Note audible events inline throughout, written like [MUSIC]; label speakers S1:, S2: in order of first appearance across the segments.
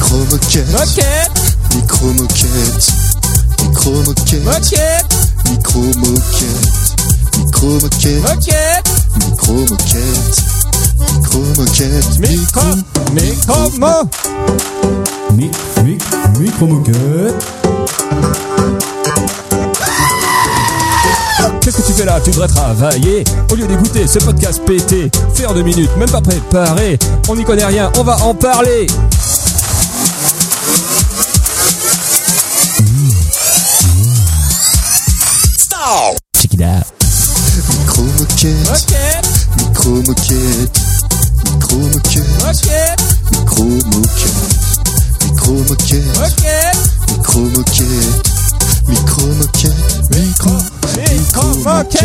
S1: moquette,
S2: Moquette,
S1: micro moquette, micro moquette,
S2: moquette,
S1: micro moquette, micro moquette,
S2: moquette,
S1: micro moquette, micro moquette,
S2: micro, micro, mo,
S3: Mic, mic, micro moquette.
S2: Qu'est-ce que tu fais là Tu devrais travailler. Au lieu d'écouter ce podcast pété, fait en deux minutes, même pas préparé. On n'y connaît rien, on va en parler. Check it out.
S1: micro moquette,
S2: Moquette,
S1: micro moquette, micro moquette,
S2: moquette,
S1: micro moquette, micro moquette,
S2: moquette,
S1: micro moquette, micro moquette, micro,
S2: micro, moquette.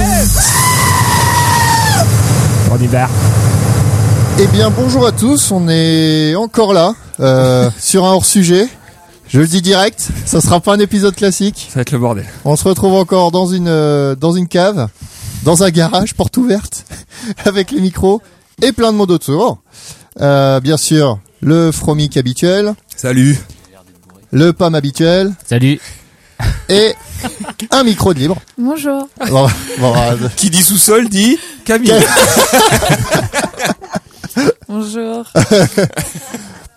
S2: On y va.
S4: Eh bien, bonjour à tous. On est encore là
S3: [LAUGHS]
S4: euh, sur un hors sujet. Je le dis direct, ça sera pas un épisode classique.
S2: Ça va être le bordel.
S4: On se retrouve encore dans une euh, dans une cave, dans un garage, porte ouverte, [LAUGHS] avec les micros et plein de monde autour. Euh, bien sûr, le fromic habituel,
S2: Salut.
S4: le pam habituel
S5: Salut.
S4: et un micro de libre.
S6: Bonjour.
S4: Bon, bon, euh,
S2: Qui dit sous-sol dit Camille.
S6: Bonjour.
S5: Ah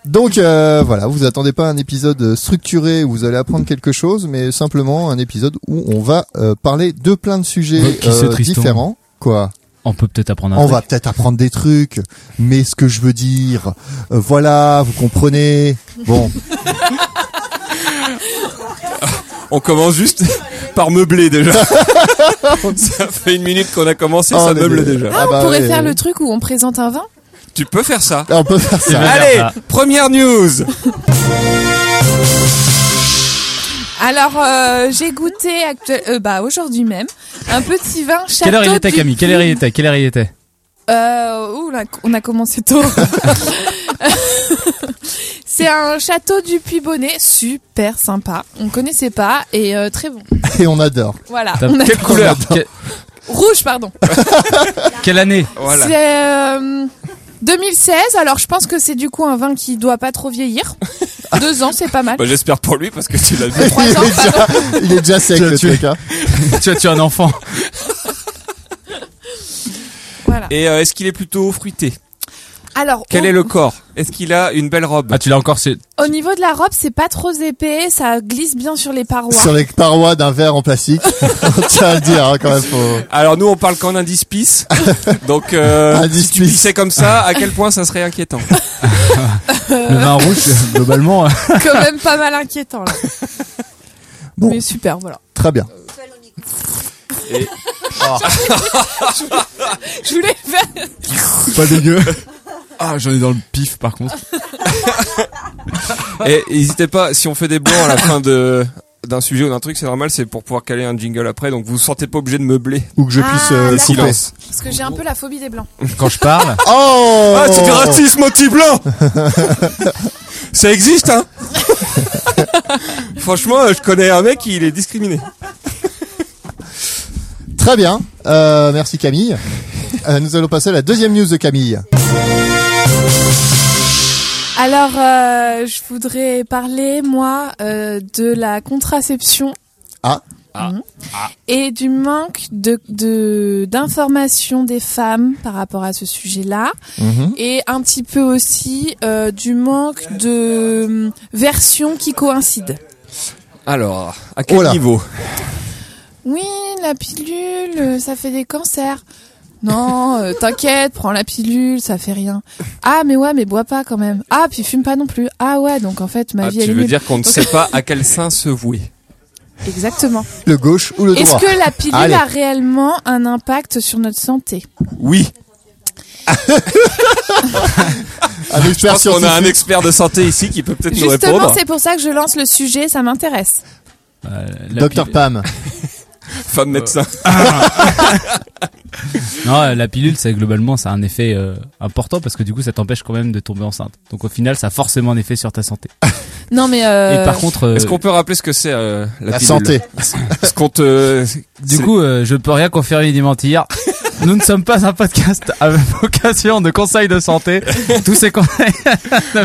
S4: Donc euh, voilà, vous attendez pas un épisode structuré où vous allez apprendre quelque chose, mais simplement un épisode où on va euh, parler de plein de sujets
S3: Votre qui se
S4: euh,
S3: Tristan.
S4: différents. Quoi
S5: On peut peut-être apprendre un
S4: On
S5: truc.
S4: va peut-être apprendre des trucs, mais ce que je veux dire, euh, voilà, vous comprenez. Bon,
S2: On commence juste par meubler déjà. [LAUGHS] ça fait une minute qu'on a commencé,
S4: Ah,
S2: ça
S4: on est
S2: meuble
S4: des-
S2: déjà.
S4: Ah,
S6: on
S4: bah
S6: pourrait
S4: ouais.
S6: faire le truc où on présente un vin
S2: Tu peux faire ça.
S4: on peut faire ça.
S5: va
S2: Allez, ah.
S5: faire ça.
S2: première news.
S6: Alors, euh, j'ai goûté actu- euh, bah, aujourd'hui même un petit vin château.
S5: Quelle heure il était
S6: du
S5: Camille Quelle heure il était Quelle heure il était
S6: Euh, ouh là, on a
S5: [LAUGHS]
S6: commencé tôt. C'est un château du Puy-Bonnet, super sympa. On connaissait pas et euh, très bon.
S4: Et on adore.
S6: Voilà.
S5: T'as-
S6: On a-
S2: Quelle couleur
S5: Que-
S6: Rouge, pardon.
S5: Quelle année
S6: [LAUGHS]
S2: Voilà.
S6: C'est euh, 2016. Alors, je pense que c'est du coup un vin qui doit pas
S5: [LAUGHS]
S6: trop vieillir. Deux ans, c'est pas mal.
S2: Bah, J'espère pour lui parce que tu l'as vu.
S5: [LAUGHS]
S6: Trois
S4: il,
S6: ans,
S4: est
S6: pardon.
S4: déjà, il est déjà sec
S5: Tu as
S4: le
S5: tué.
S4: truc. hein.
S5: Tu as tué un enfant.
S6: Voilà.
S2: Et euh, est-ce qu'il est plutôt fruité
S6: Alors,
S2: Quel
S6: au,
S2: est le corps Est-ce qu'il a une belle robe
S5: Ah, tu l'as encore. c'est-
S6: au niveau de la robe, c'est pas trop épais, ça glisse bien sur les parois.
S4: Sur les parois d'un verre en plastique. on tient à le dire hein, quand même. Faut...
S2: Alors nous on parle qu'en indice pisse. [LAUGHS] Donc euh,
S4: Indice
S2: si tu
S4: pisse.
S2: pissais comme ça, à quel point ça serait inquiétant
S5: Le vin
S6: Euh.
S5: rouge,
S6: [LAUGHS]
S5: globalement. euh,
S6: [LAUGHS] Quand même pas mal inquiétant.
S4: [LAUGHS]
S6: Là.
S4: Bon.
S6: Mais super, voilà.
S4: Très bien.
S6: Je voulais faire.
S3: Pas dégueu. Ah, j'en ai dans le pif par contre.
S2: [LAUGHS] Et n'hésitez pas, si on fait des blancs à la fin de d'un sujet ou d'un truc, c'est normal, c'est pour pouvoir caler un jingle après, donc vous vous sentez pas obligé de meubler.
S4: Ou que je puisse
S6: Ah,
S4: euh,
S6: d'accord.
S4: couper.
S2: Silence.
S6: Parce que j'ai un peu la phobie des blancs.
S5: Quand je parle,
S4: Oh
S2: Ah, c'est du racisme [LAUGHS] anti-blanc Ça existe, hein Franchement, euh, je connais un mec, il est discriminé.
S4: Très bien, Euh, merci Camille. Euh, nous allons passer à la deuxième news de Camille.
S6: Alors, euh, je voudrais parler, moi, euh, de la contraception.
S4: Ah.
S5: Ah.
S6: Mhm. Et du manque de de- d'informations des femmes par rapport à ce sujet-là,
S4: Mhm.
S6: et un petit peu aussi euh, du manque de hum, versions qui coïncident.
S2: Alors, à quel
S4: Oh là.
S2: niveau
S6: Oui, la pilule, euh, ça fait des cancers. Non, euh, t'inquiète, prends la pilule, ça fait rien. Ah, mais ouais, mais bois pas quand même. Ah, puis fume pas non plus. Ah ouais, donc en fait, ma
S2: Ah,
S6: vie, elle
S2: Tu
S6: est
S2: veux
S6: nulle.
S2: dire qu'on ne sait pas à quel sein se vouer
S6: Exactement.
S4: Le gauche ou le
S6: Est-ce
S4: droit
S6: que la pilule
S4: Allez.
S6: a réellement un impact sur notre santé
S2: Oui,
S4: Un
S2: je
S4: expert
S2: pense qu'on a un
S4: scientifique.
S2: expert de santé ici qui peut peut-être nous
S6: Justement,
S2: répondre.
S6: c'est pour ça que je lance le sujet, ça m'intéresse.
S5: euh, la
S4: Docteur
S5: pilule-
S4: Pam.
S2: Femme médecin.
S5: Non, euh, la pilule, c'est globalement, ça a un effet euh, important parce que du coup, ça t'empêche quand même de tomber enceinte. Donc au final, ça a forcément un effet sur ta santé.
S6: Non, mais euh,
S5: Et par contre, euh,
S2: Est-ce qu'on peut rappeler ce que c'est euh, la,
S4: La
S2: pilule
S4: santé.
S2: Ce qu'on te... [LAUGHS]
S5: du
S2: c'est-
S5: coup, euh, je peux rien confirmer
S4: [LAUGHS]
S5: ni démentir. Nous ne sommes pas
S4: [LAUGHS]
S5: un podcast à vocation de conseils de santé. Tous ces conseils. [LAUGHS]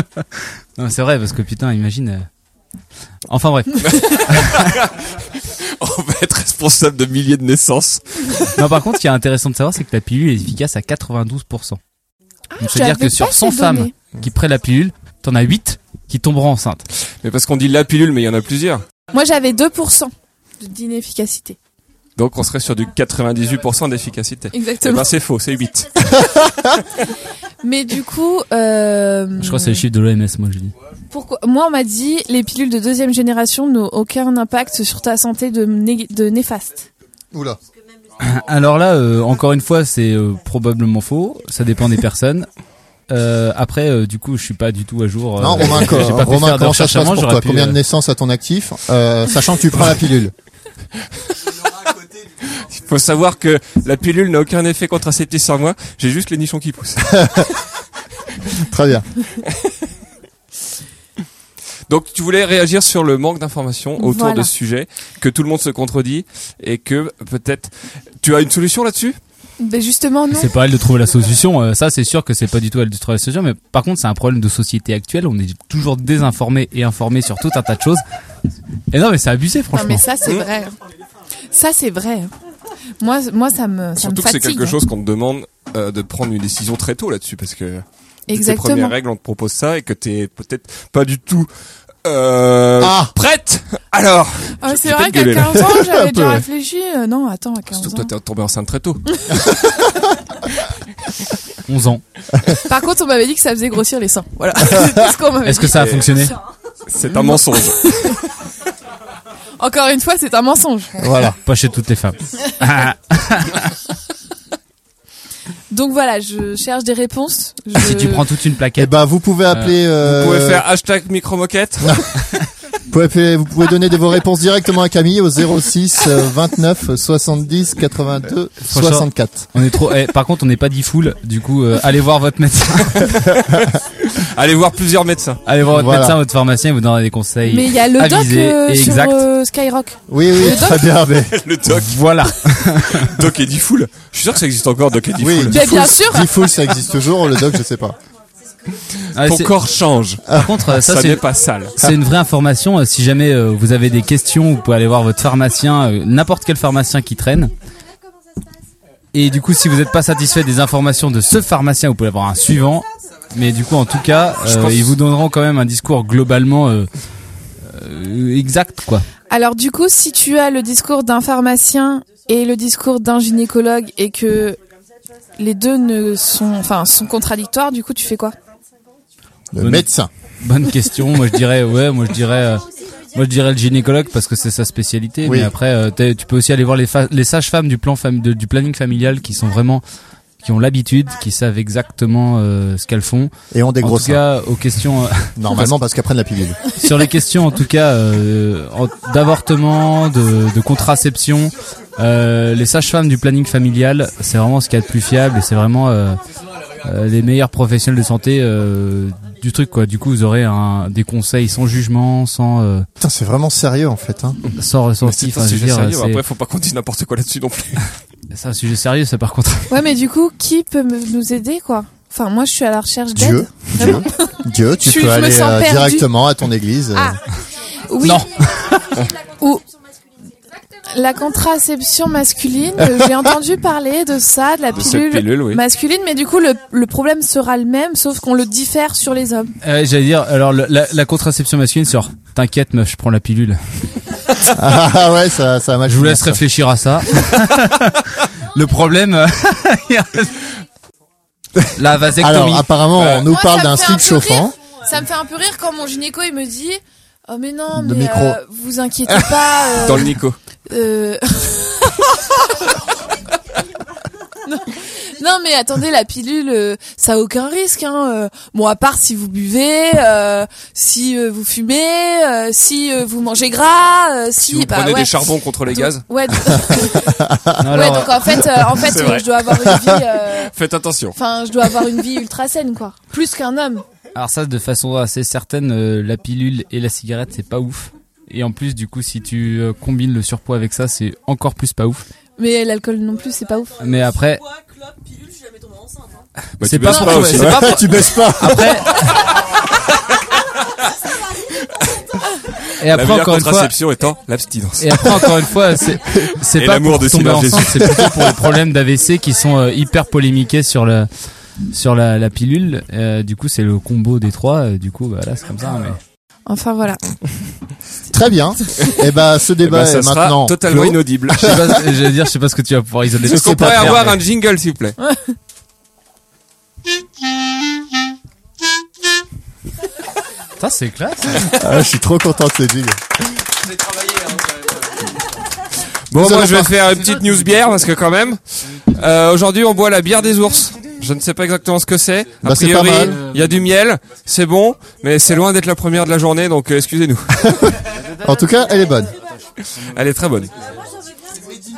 S5: Non, c'est vrai, parce que putain, imagine. euh,
S4: [LAUGHS]
S5: Enfin bref.
S2: On va être responsable de milliers de naissances.
S5: Non, par contre, ce qui est intéressant de savoir, c'est que la pilule est efficace à 92%. Donc,
S6: j'avais
S5: c'est-à-dire
S6: pas
S5: que sur
S6: ces
S5: 100 femmes
S6: données.
S5: qui prennent la pilule, t'en as 8 qui tomberont enceintes.
S2: Mais parce qu'on dit la pilule, mais il y en a plusieurs.
S6: Moi, j'avais 2% de- d'inefficacité.
S2: Donc on serait sur du 98% d'efficacité. Eh
S6: Exactement.
S2: ben c'est faux, c'est 8.
S6: Mais du coup, euh,
S5: Je crois que c'est le chiffre de l'OMS, moi, je dis.
S6: pourquoi Moi, on m'a dit les pilules de deuxième génération n'ont aucun impact sur ta santé de, né- de néfaste.
S4: Oula.
S5: Alors là, euh, encore une fois, c'est euh, probablement faux. Ça dépend des personnes. Euh, après, euh, du coup, je suis pas du tout à jour. euh,
S4: Non, Romain,
S5: [LAUGHS] j'ai
S4: co-
S5: pas pu
S4: Romain
S5: faire de
S4: comment ça
S5: recherche
S4: se passe
S5: avant,
S4: pour
S5: j'aurais
S4: toi
S5: pu,
S4: Combien de
S5: euh,
S4: naissances à ton actif Euh, Sachant que tu prends la
S5: [LAUGHS]
S4: pilule.
S2: Il faut savoir que la pilule n'a aucun effet contraceptif sur moi, j'ai juste les nichons qui poussent. [LAUGHS]
S4: Très bien.
S2: Donc tu voulais réagir sur le manque d'informations autour
S6: Voilà.
S2: de ce sujet, que tout le monde se contredit et que peut-être... Tu as une solution là-dessus
S6: Mais Ben, justement, non.
S5: C'est pas elle de trouver la solution. euh, ça, c'est sûr que c'est pas du tout elle de trouver la solution. Mais par contre, c'est un problème de société actuelle. On est toujours désinformé et informé sur tout un tas de choses. Et non, mais c'est abusé,
S6: Non,
S5: franchement.
S6: mais ça, c'est vrai. Ça, c'est vrai. Moi, moi, ça me, ça me
S2: Surtout que c'est
S6: fatigue.
S2: quelque chose qu'on te demande euh, de prendre une décision très tôt là-dessus, parce que dès tes
S6: Exactement.
S2: premières règles, on te propose ça et que t'es peut-être pas du tout... Euh,
S4: Ah
S2: Prête Alors
S6: Ah,
S2: J'ai-
S6: c'est
S2: j'ai
S6: vrai
S2: peut-être
S6: qu'à
S2: gueulé, là. [LAUGHS]
S6: 15 ans, j'avais
S4: peu,
S6: déjà
S4: ouais.
S6: réfléchi. Euh, non, attends, à
S2: Surtout
S6: 15
S2: que toi
S6: ans.
S2: t'es tombé enceinte très
S6: [LAUGHS]
S2: tôt.
S5: 11 ans.
S6: Par contre, on m'avait dit que ça faisait grossir les seins.
S2: [LAUGHS]
S6: Voilà. C'est tout ce qu'on m'avait
S5: Est-ce que
S6: dit.
S5: ça a fonctionné
S2: C'est un mensonge.
S6: Encore une fois, c'est un mensonge.
S5: Voilà. Pas chez toutes les
S6: [LAUGHS]
S5: femmes. Ah,
S6: Donc voilà, je cherche des réponses. Je...
S5: Ah, si tu prends toute une
S4: Eh
S5: plaquette.
S4: ben, vous pouvez appeler. euh,
S2: Vous pouvez faire hashtag micro-moquette.
S4: vous pouvez appeler- vous pouvez donner de vos réponses directement à Camille au 06 euh, 29 70 82
S5: Franchement-
S4: 64.
S6: ben-
S5: On est trop. eh, par contre, on n'est pas dit full. Du coup, euh, allez voir votre
S6: [LAUGHS]
S5: médecin.
S2: Allez voir plusieurs médecins.
S5: Allez voir votre
S4: Voilà.
S5: médecin, votre pharmacien, il vous donnera des conseils.
S6: Mais il y a le doc
S5: Avisé
S6: euh,
S5: et
S6: sur
S5: exact.
S6: euh, Skyrock.
S4: Oui, oui,
S6: Le doc-
S4: très bien.
S5: [LAUGHS]
S4: Mais...
S2: Le doc,
S5: Voilà.
S2: Doc Eddie Fool. Je suis sûr que ça existe encore, Doc Eddie
S4: Oui,
S2: Fool.
S6: Bien,
S4: Diffoul-
S6: bien sûr.
S4: Diffoul, ça existe toujours. Le doc, je sais pas.
S5: Ah,
S2: Ton
S5: c'est-
S2: corps change.
S5: par contre, euh, ça,
S2: ça n'est
S5: c'est.
S2: pas sale.
S5: C'est une vraie information. euh, Si jamais euh, vous avez des questions, vous pouvez aller voir votre pharmacien, euh, n'importe quel pharmacien qui traîne. Et du coup, si vous n'êtes pas satisfait des informations de ce pharmacien, vous pouvez avoir un suivant. Mais du coup, en tout cas, euh, ils vous donneront quand même un discours globalement euh, euh, exact, quoi.
S6: Alors du coup, si tu as le discours d'un pharmacien et le discours d'un gynécologue et que les deux ne sont, enfin, sont contradictoires, du coup, tu fais quoi
S4: Le
S5: Bonne-
S4: médecin.
S5: Bonne question. moi, je dirais, ouais, moi, je dirais, euh, moi, je dirais le gynécologue parce que c'est sa spécialité.
S4: Oui.
S5: Mais après, euh, t'es- tu peux aussi aller voir les, fa- les sages-femmes du plan fam- de- du planning familial qui sont vraiment, qui ont l'habitude, qui savent exactement euh, ce qu'elles font.
S4: Et on des
S5: en
S4: gros
S5: tout cas, aux questions, euh,
S4: Normalement, parce qu'après de la pilule.
S5: sur les questions en tout cas euh, en- d'avortement, de, de contraception, euh, les sages-femmes du planning familial, c'est vraiment ce qu'il y a de plus fiable et c'est vraiment euh, euh, les meilleurs professionnels de santé euh, du truc quoi. Du coup, vous aurez un, des conseils sans jugement, sans euh,
S4: Putain, c'est vraiment sérieux en fait. Hein.
S5: sans
S2: Mais
S5: ressenti.
S2: C'est
S5: Oh, Enfin,
S2: un
S5: je veux
S2: sujet
S5: dire,
S2: sérieux.
S5: c'est-
S2: Après, faut pas qu'on dise n'importe quoi là-dessus non plus.
S6: Euh,
S5: c'est un sujet sérieux, ça par contre. [LAUGHS]
S6: Ouais, mais du coup, qui peut me- nous aider, quoi Enfin, moi, je suis à la recherche d'aide.
S4: Dieu. Dieu. Dieu, tu
S6: Ah Je suis-
S4: peux
S6: je me
S4: aller
S6: sens
S4: euh,
S6: perdue.
S4: directement à ton église. euh,
S6: Ah. Oui.
S5: Non.
S6: [LAUGHS] Ou la contraception masculine. euh, J'ai entendu parler de ça, de la
S2: De cette pilule, oui.
S6: masculine, mais du coup, le, le problème sera le même, sauf qu'on le diffère sur les hommes.
S5: Euh, J'allais dire, alors le- la, la contraception masculine, sur t'inquiète, meuf, je prends la pilule.
S4: Ah, ah, ouais, ça, ça m'a
S5: Je vous laisse réfléchir
S2: [LAUGHS]
S5: à ça. le problème. euh, La vasectomie.
S4: Alors, apparemment, on nous
S6: Moi,
S4: parle
S6: ça me
S4: d'un
S6: fait un
S4: slip
S6: peu
S4: chauffant.
S6: Ça me fait un peu rire quand mon gynéco, il me dit Oh, mais non,
S4: Le
S6: mais
S4: micro.
S6: euh, vous inquiétez
S4: [LAUGHS]
S6: pas. euh,
S2: Dans le Nico.
S6: euh, [LAUGHS] Non. Non mais attendez la pilule euh, ça a aucun risque hein euh. bon à part si vous buvez euh, si euh, vous fumez euh, si euh, vous mangez gras euh, si,
S2: Si vous
S6: bah,
S2: prenez
S6: ouais.
S2: des charbons contre les gaz,
S6: Donc- ouais, donc- [LAUGHS] ouais,
S5: Alors,
S6: donc en fait euh,
S2: [LAUGHS]
S6: en fait
S2: C'est vrai.
S6: je dois avoir une vie euh,
S2: faites attention.
S6: enfin je dois avoir une vie ultra saine quoi plus qu'un homme
S5: alors ça, de façon assez certaine, euh, la pilule et la cigarette, c'est pas ouf. Et en plus, du coup, si tu euh, combines le surpoids avec ça, c'est encore plus pas ouf.
S6: mais l'alcool non plus c'est pas ouf
S5: Mais après,
S2: Bah,
S5: c'est
S2: tu
S5: pas
S2: baisses
S5: pour
S2: Bah, pas
S5: toi,
S4: [LAUGHS]
S2: aussi.
S5: c'est pas pour-
S4: tu baisses pas.
S5: Après, Et
S2: la
S5: après,
S2: meilleure
S5: encore une fois,
S2: contraception étant l'abstinence.
S4: eh
S5: et après, encore une fois, c'est, c'est
S2: Et
S5: pas
S2: l'amour
S5: pour
S2: de
S5: tomber
S2: Sylvain
S5: enceinte,
S2: Jésus.
S5: c'est plutôt pour les problèmes d'AVC qui sont euh, hyper polémiqués sur le, sur la, la pilule. Euh, du coup, c'est le combo des trois. Euh, du coup, voilà, c'est comme ça. hein, mais-
S6: Enfin voilà.
S4: Très bien. Et ben ce
S2: Eh ben,
S4: débat
S2: ça
S4: est
S2: sera
S4: maintenant
S2: totalement
S4: clos. [LAUGHS]
S2: inaudible.
S5: Je sais pas, je veux dire, je sais pas ce que tu vas pouvoir isoler.
S2: Est-ce qu'on
S4: pas
S2: pourrait
S4: faire,
S2: avoir
S5: mais-
S2: un jingle, s'il vous plaît
S5: Putain, c'est classe.
S4: Ah, je suis trop content de cette vidéo.
S2: Bon,
S4: Nous
S2: moi,
S4: allons
S2: je vais
S4: pas-
S2: faire une petite news bière parce que quand même, euh, aujourd'hui, on boit la bière des ours. Je ne sais pas exactement ce que c'est. A
S4: Bah, c'est pas
S2: priori,
S4: mal.
S2: il y a du miel, c'est bon, mais c'est loin d'être la première de la journée, donc euh, excusez-nous. [LAUGHS]
S4: En tout cas, elle est bonne.
S2: Elle est très bonne.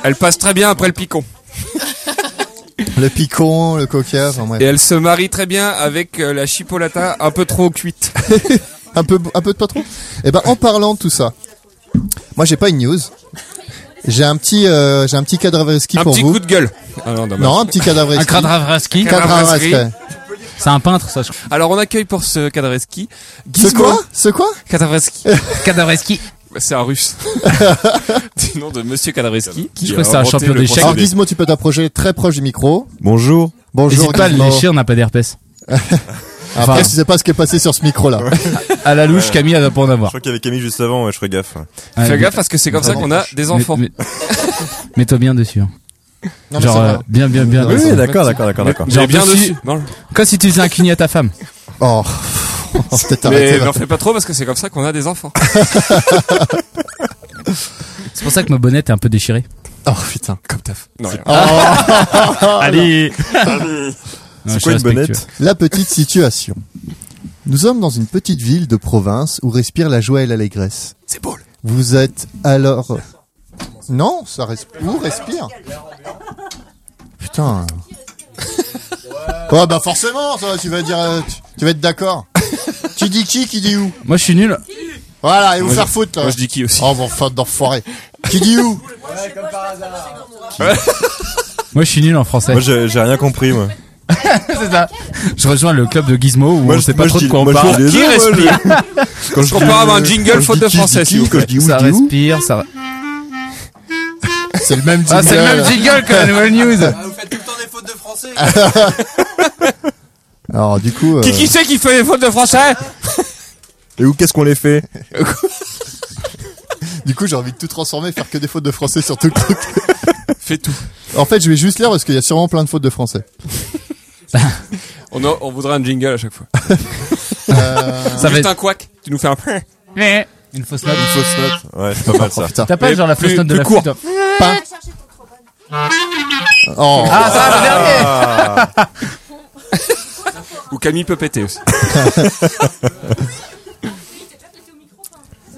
S2: Elle passe très bien après le picon.
S4: Le picon, le coca, enfin, bref.
S2: Et elle se marie très bien avec euh, la chipolata un peu trop cuite.
S4: un peu, un peu de patron. Et ben en parlant de tout ça, moi j'ai pas une news. J'ai un petit, euh, j'ai un petit cadavreski
S2: Un
S4: pour
S2: petit
S4: vous.
S2: coup de gueule. Ah non, dommage.
S4: Non, un petit cadavreski.
S5: Un Kradravrasky.
S2: Cadre- cadavreski.
S5: C'est un peintre, ça, je crois.
S2: Alors, on accueille pour ce Kadreski.
S4: Ce quoi Ce quoi
S2: Kadreski.
S5: Kadavreski.
S2: Bah, C'est un
S4: [LAUGHS]
S2: russe. du nom de Monsieur Kadreski. qui
S5: Je crois
S2: a
S5: que c'est un
S2: inventé
S5: champion
S2: le
S5: d'échecs.
S2: procédé.
S4: Alors Gizmo, tu peux t'approcher très proche du micro.
S7: Bonjour.
S4: Bonjour
S5: N'hésite pas à le
S4: Gizmo.
S5: lécher, on n'a pas d'herpès.
S4: Après,
S5: Enfin.
S4: tu sais pas ce qui est passé sur ce micro-là.
S5: À la louche, Camille, elle doit pas en
S8: Je
S5: avoir.
S8: crois qu'il y avait Camille juste avant, ouais, je ferai gaffe. ouais.
S5: Ouais,
S2: Fais gaffe parce que c'est comme ça qu'on a des enfants.
S5: mais- mais- Mets-toi bien dessus. hein.
S4: Non, mais
S5: Genre,
S4: ça va.
S5: euh, bien, bien, bien.
S4: Oui,
S5: dessus.
S8: d'accord, d'accord, d'accord, d'accord.
S2: J'ai
S5: Genre
S2: bien
S5: dessus.
S2: dessus. Non,
S5: Comme si tu faisais un cuni à ta femme.
S4: Oh, on va peut-être arrêter
S2: mais
S4: là.
S2: n'en fais pas trop parce que c'est comme ça qu'on a des enfants.
S5: C'est pour ça que ma bonnette est un peu déchirée.
S4: Oh putain.
S2: Comme taf. Non, rien.
S5: Allez
S8: C'est quoi une bonnette
S4: La petite situation. Nous sommes dans une petite ville de province où respire la joie et l'allégresse.
S2: c'est beau. le-
S4: Vous êtes alors... Non, ça respire. Où respire
S5: [LAUGHS]
S4: Putain. Ouais, bah forcément, ça, tu vas dire... euh, tu- Tu vas être d'accord. Tu dis qui, qui dit où
S5: Moi, je suis nul.
S4: Voilà, et vous
S2: Moi,
S4: faire
S2: je-
S4: foutre,
S2: Moi
S4: là.
S2: je dis qui aussi.
S4: Oh, bon, fin d'enfoiré. Qui dit où
S5: Moi, je suis nul en français.
S8: Moi, j'ai j'ai rien compris, moi.
S5: C'est ça. Je rejoins le club de Gizmo où
S8: Moi,
S5: on
S8: je-
S5: sait pas
S8: moi,
S5: trop
S8: je
S5: de
S8: dis-
S5: quoi on
S8: moi, je
S5: parle.
S8: dis-
S2: Qui
S8: Désolé,
S2: respire
S8: [LAUGHS] Quand
S2: Je compare à un jingle faute de français, s'il vous plaît.
S5: Ça respire, ça.
S4: [LAUGHS] C'est le même
S5: Ah, c'est le
S4: jingle.
S5: même jingle que la nouvelle news.
S4: Alors, du coup... euh,
S2: Ah, Qui qui c'est qui fait les fautes de français
S5: Ah.
S8: Et où qu'est-ce qu'on les fait
S4: Du coup, j'ai envie de tout transformer, faire que des fautes de français sur tout le truc.
S2: Fais tout.
S4: En fait, je vais juste lire parce qu'il y a sûrement plein de fautes de français.
S2: On, a- on voudrait un jingle à chaque fois.
S5: Ça va
S2: Juste
S5: être
S2: un quack. Tu nous fais un point.
S5: une fausse note.
S8: Une fausse note. Ouais, c'est pas mal
S4: Oh
S8: ça.
S4: putain.
S5: T'as pas
S2: Mais
S5: genre la
S2: plus-
S5: fausse note de
S2: plus
S5: la
S2: court.
S5: flûte
S4: Oh.
S2: Ou Camille peut péter aussi.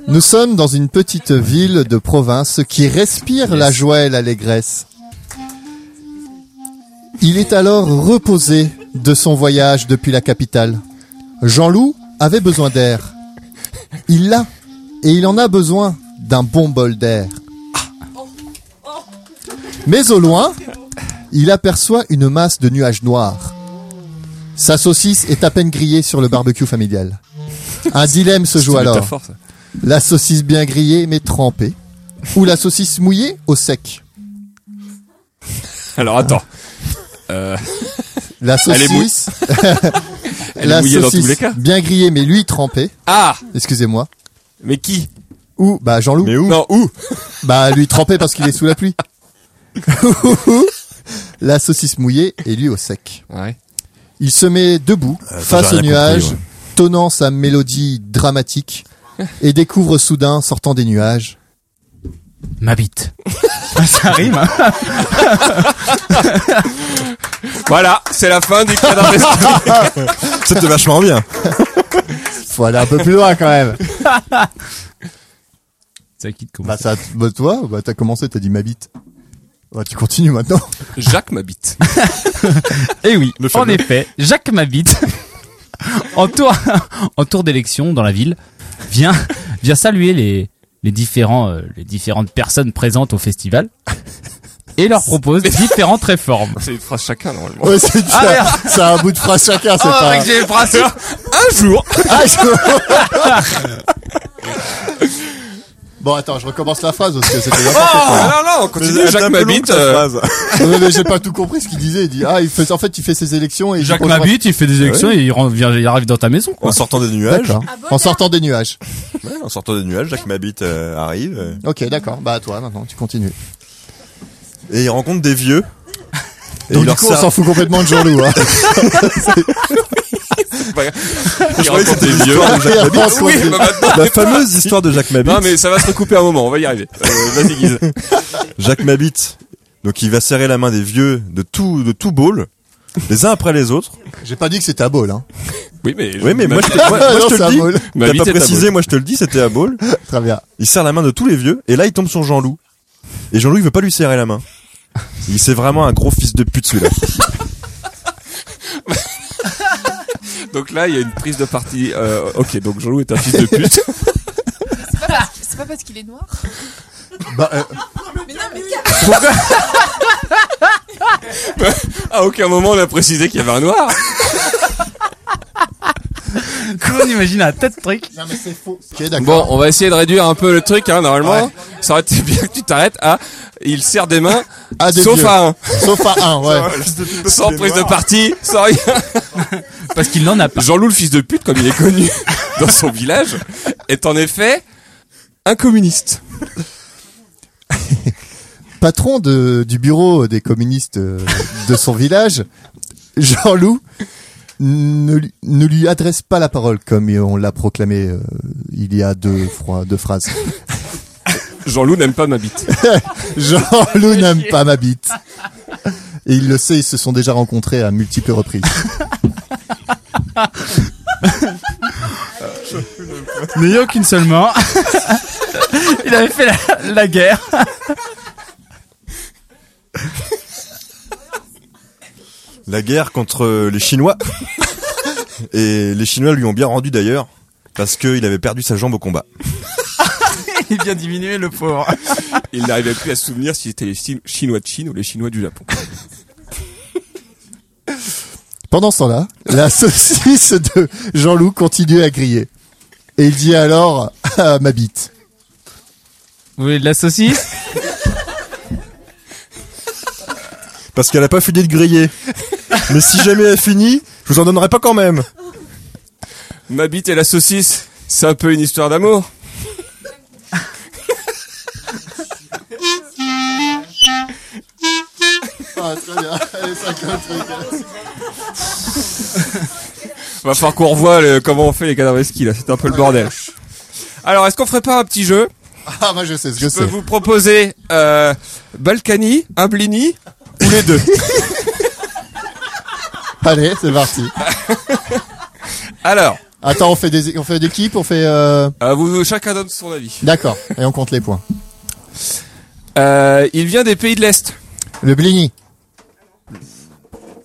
S4: Nous sommes dans une petite ville de province qui respire la joie et l'allégresse. Il est alors reposé de son voyage depuis la capitale. Jean-Loup avait besoin d'air. Il l'a, et il en a besoin d'un bon bol d'air. Mais au loin, il aperçoit une masse de nuages noirs. Sa saucisse est à peine grillée sur le barbecue familial. Un dilemme se joue
S2: C'est une
S4: alors.
S2: métaphore, ça.
S4: La saucisse bien grillée mais trempée. Ou la saucisse mouillée au sec.
S2: Alors attends.
S4: La
S2: Elle est mou-
S4: saucisse,
S2: [LAUGHS] Elle est
S4: la
S2: mouillée dans
S4: saucisse
S2: tous les cas.
S4: bien grillée mais lui trempée.
S2: Ah
S4: Excusez-moi.
S2: Mais qui
S4: Ou bah Jean-Loup.
S8: Mais où
S2: Non, où
S4: Bah lui trempée parce qu'il est sous la pluie. [LAUGHS] Ou la saucisse mouillée et lui au sec.
S2: Ouais.
S4: Il se met debout
S2: Euh,
S8: attends,
S4: face
S8: j'ai
S4: au
S8: rien
S4: nuage,
S8: compris, ouais.
S4: tonnant sa mélodie dramatique et découvre soudain sortant des nuages
S5: Ma bite. ça rime. hein.
S2: Voilà, c'est la fin du cadavre.
S4: [LAUGHS]
S8: C'était vachement bien.
S4: Faut aller un peu plus loin quand même.
S5: Ça quitte comment
S4: Bah ça bah, toi bah t'as commencé, t'as dit ma bite. Bah, tu continues maintenant.
S2: Jacques m'habite.
S5: Eh oui, en effet, Jacques Mabit, [LAUGHS] en tour, en tour d'élection dans la ville, vient, vient saluer les, les, différents, euh, les différentes personnes présentes au festival et leur propose différentes réformes.
S2: C'est une phrase chacun normalement.
S4: Ouais, c'est
S5: Ah, merde.
S4: ça. C'est un bout de phrase chacun, c'est pas.
S2: [LAUGHS]
S5: j'ai le principe
S2: Un jour
S4: Ah, je- Bon, attends, je recommence la phrase parce que c'était n'importe quoi.
S2: Ah, non, non, on continue,
S8: Elle est
S2: Jacques
S8: un peu longue,
S2: m'habite.
S8: ta
S2: euh,
S8: phrase.
S4: Non, mais, mais j'ai pas tout compris ce qu'il disait. Il dit ah, il fait, en fait, il fait ses élections et il
S5: [LAUGHS] Jacques
S4: dit, bonjour à-
S5: m'habite, il fait des élections et il, rentre- vient- il arrive dans ta maison.
S8: En sortant des nuages.
S4: D'accord. En sortant des nuages.
S8: Ouais, en sortant des nuages, Jacques Mabit euh, arrive. euh,
S4: Ok, d'accord. Bah à toi maintenant, tu continues.
S8: et il rencontre des vieux. Et
S4: Donc
S8: il
S4: du
S8: leur
S4: coup, on
S8: sert-
S4: s'en fout complètement de Jean-Loup. Hein.
S8: Je croyais que c'était des vieux. [LAUGHS]
S4: Et on se
S2: Oui,
S4: continue.
S2: bah maintenant.
S8: La fameuse histoire de Jacques Mabit.
S2: Non, mais ça va se recouper un moment, on va y arriver. Euh, Vas-y, Guise.
S8: Jacques Mabit. Donc il va serrer la main des vieux de tout de tout ball, les uns après les autres.
S4: J'ai pas dit que c'était à bol. Hein.
S2: Oui, mais.
S8: Oui, mais moi je te, moi- moi,
S4: Ah, Non,
S8: je te
S4: c'est à
S8: le dis.
S4: Baule.
S8: T'as
S2: Mabit
S8: pas
S2: est à
S8: précisé, moi je te le dis, c'était à ball.
S4: Très bien.
S8: Il serre la main de tous les vieux et là il tombe sur Jean-Loup. Et Jean-Loup il veut pas lui serrer la main. Il c'est vraiment un gros fils de pute celui-là.
S2: Donc là, il y a une prise de parti. euh, ok, donc Jean-Loup est un fils de pute.
S6: C'est pas parce- C'est pas parce qu'il est noir.
S4: Bah, euh,
S6: Mais non, mais
S2: [LAUGHS] À aucun moment, on a précisé qu'il y avait un noir.
S5: [LAUGHS] Comment on imagine un tas de trucs
S4: non mais c'est faux. Ok, d'accord.
S2: Bon, on va essayer de réduire un peu le truc, hein, normalement.
S4: Ouais.
S2: Ça aurait été bien que tu t'arrêtes à. Il serre des mains,
S4: À Ah, des
S2: sauf
S4: vieux.
S2: à un.
S4: Sauf à
S2: [LAUGHS]
S4: un, ouais.
S2: Sans prise de parti, sans rien.
S5: Parce qu'il n'en a pas.
S2: Jean-Loup, le fils de pute, comme il est connu [LAUGHS] dans son village, est en effet un communiste.
S4: Patron de, du bureau des communistes euh, de son village, Jean-Loup ne, lui- ne lui adresse pas la parole comme on l'a proclamé euh, il y a deux, froids-
S2: [LAUGHS]
S4: deux phrases.
S2: Jean-Loup n'aime pas ma bite.
S4: Jean-Loup n'aime pas ma bite. Et il le sait, ils se sont déjà rencontrés à multiples reprises.
S5: N'ayant qu'une seule main. [LAUGHS] il avait fait la, la guerre.
S8: La guerre contre euh, les Chinois. [LAUGHS] Et les Chinois lui ont bien rendu d'ailleurs parce qu'il avait perdu sa jambe au combat.
S5: Il vient diminuer le pauvre.
S2: Il n'arrivait plus à se souvenir si c'était les Chi- Chinois de Chine ou les Chinois du Japon.
S4: Pendant ce temps-là, la saucisse de Jean-Loup continue à griller. Et il dit alors à ma bite.
S5: Vous voulez de la saucisse
S8: Parce qu'elle a pas fini de griller. Mais si jamais elle finit, je vous en donnerai pas quand même.
S2: Ma bite et la saucisse, c'est un peu une histoire d'amour.
S4: Ah, très bien. Allez, ça colle, très bien.
S2: Va falloir qu'on revoie le- comment on fait les cadavres esquis, là. C'est un peu le bordel. Alors, est-ce qu'on ferait pas un petit jeu?
S4: Ah, moi je sais ce que
S2: Je peux
S4: c'est.
S2: vous proposer, euh, Balkany, un blini, ou les deux.
S4: [LAUGHS] Allez, c'est parti.
S2: Alors,
S4: Attends, on fait des, on fait des clips, on fait, euh...
S2: euh, vous, chacun donne son avis.
S4: d'accord. Et on compte les points.
S2: Euh, il vient des pays de l'Est.
S4: Le blini.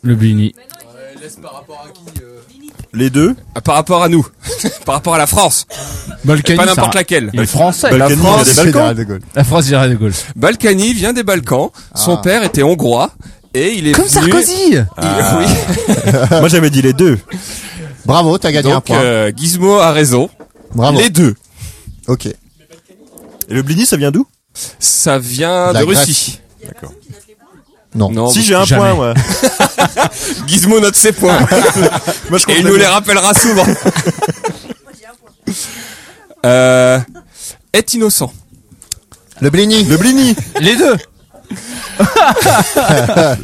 S5: Le blini.
S8: Les deux,
S2: Ah, Par rapport à nous. [LAUGHS] par rapport à la France.
S5: Balkany.
S2: pas n'importe laquelle.
S5: Il est français.
S8: Balkany,
S5: la
S8: il y a
S5: France.
S8: des Balkans.
S4: Général Oh, de Gaulle.
S5: La France dirait de Gaulle.
S2: Balkany vient des Balkans. Son
S4: Ah.
S2: père était hongrois. Et il est
S5: Comme
S2: venu...
S5: Sarkozy
S2: Il-
S4: Ah.
S2: oui.
S8: moi j'avais dit les deux.
S4: Bravo, t'as gagné un
S2: Donc,
S4: point.
S2: euh, Gizmo a raison.
S4: Bravo.
S2: Les deux.
S4: Ok.
S8: Et le blini ça vient d'où
S2: Ça vient
S4: La
S2: de
S4: Grèce.
S2: Russie.
S4: Non.
S2: Non.
S8: Si j'ai un
S5: jamais.
S8: point moi.
S2: Gizmo note ses points.
S4: Ah,
S8: Moi je
S2: et
S8: compte
S2: il nous les
S8: les
S2: rappellera
S5: [LAUGHS]
S2: souvent. euh, est innocent.
S4: Le blini.
S8: Le blini
S5: Les deux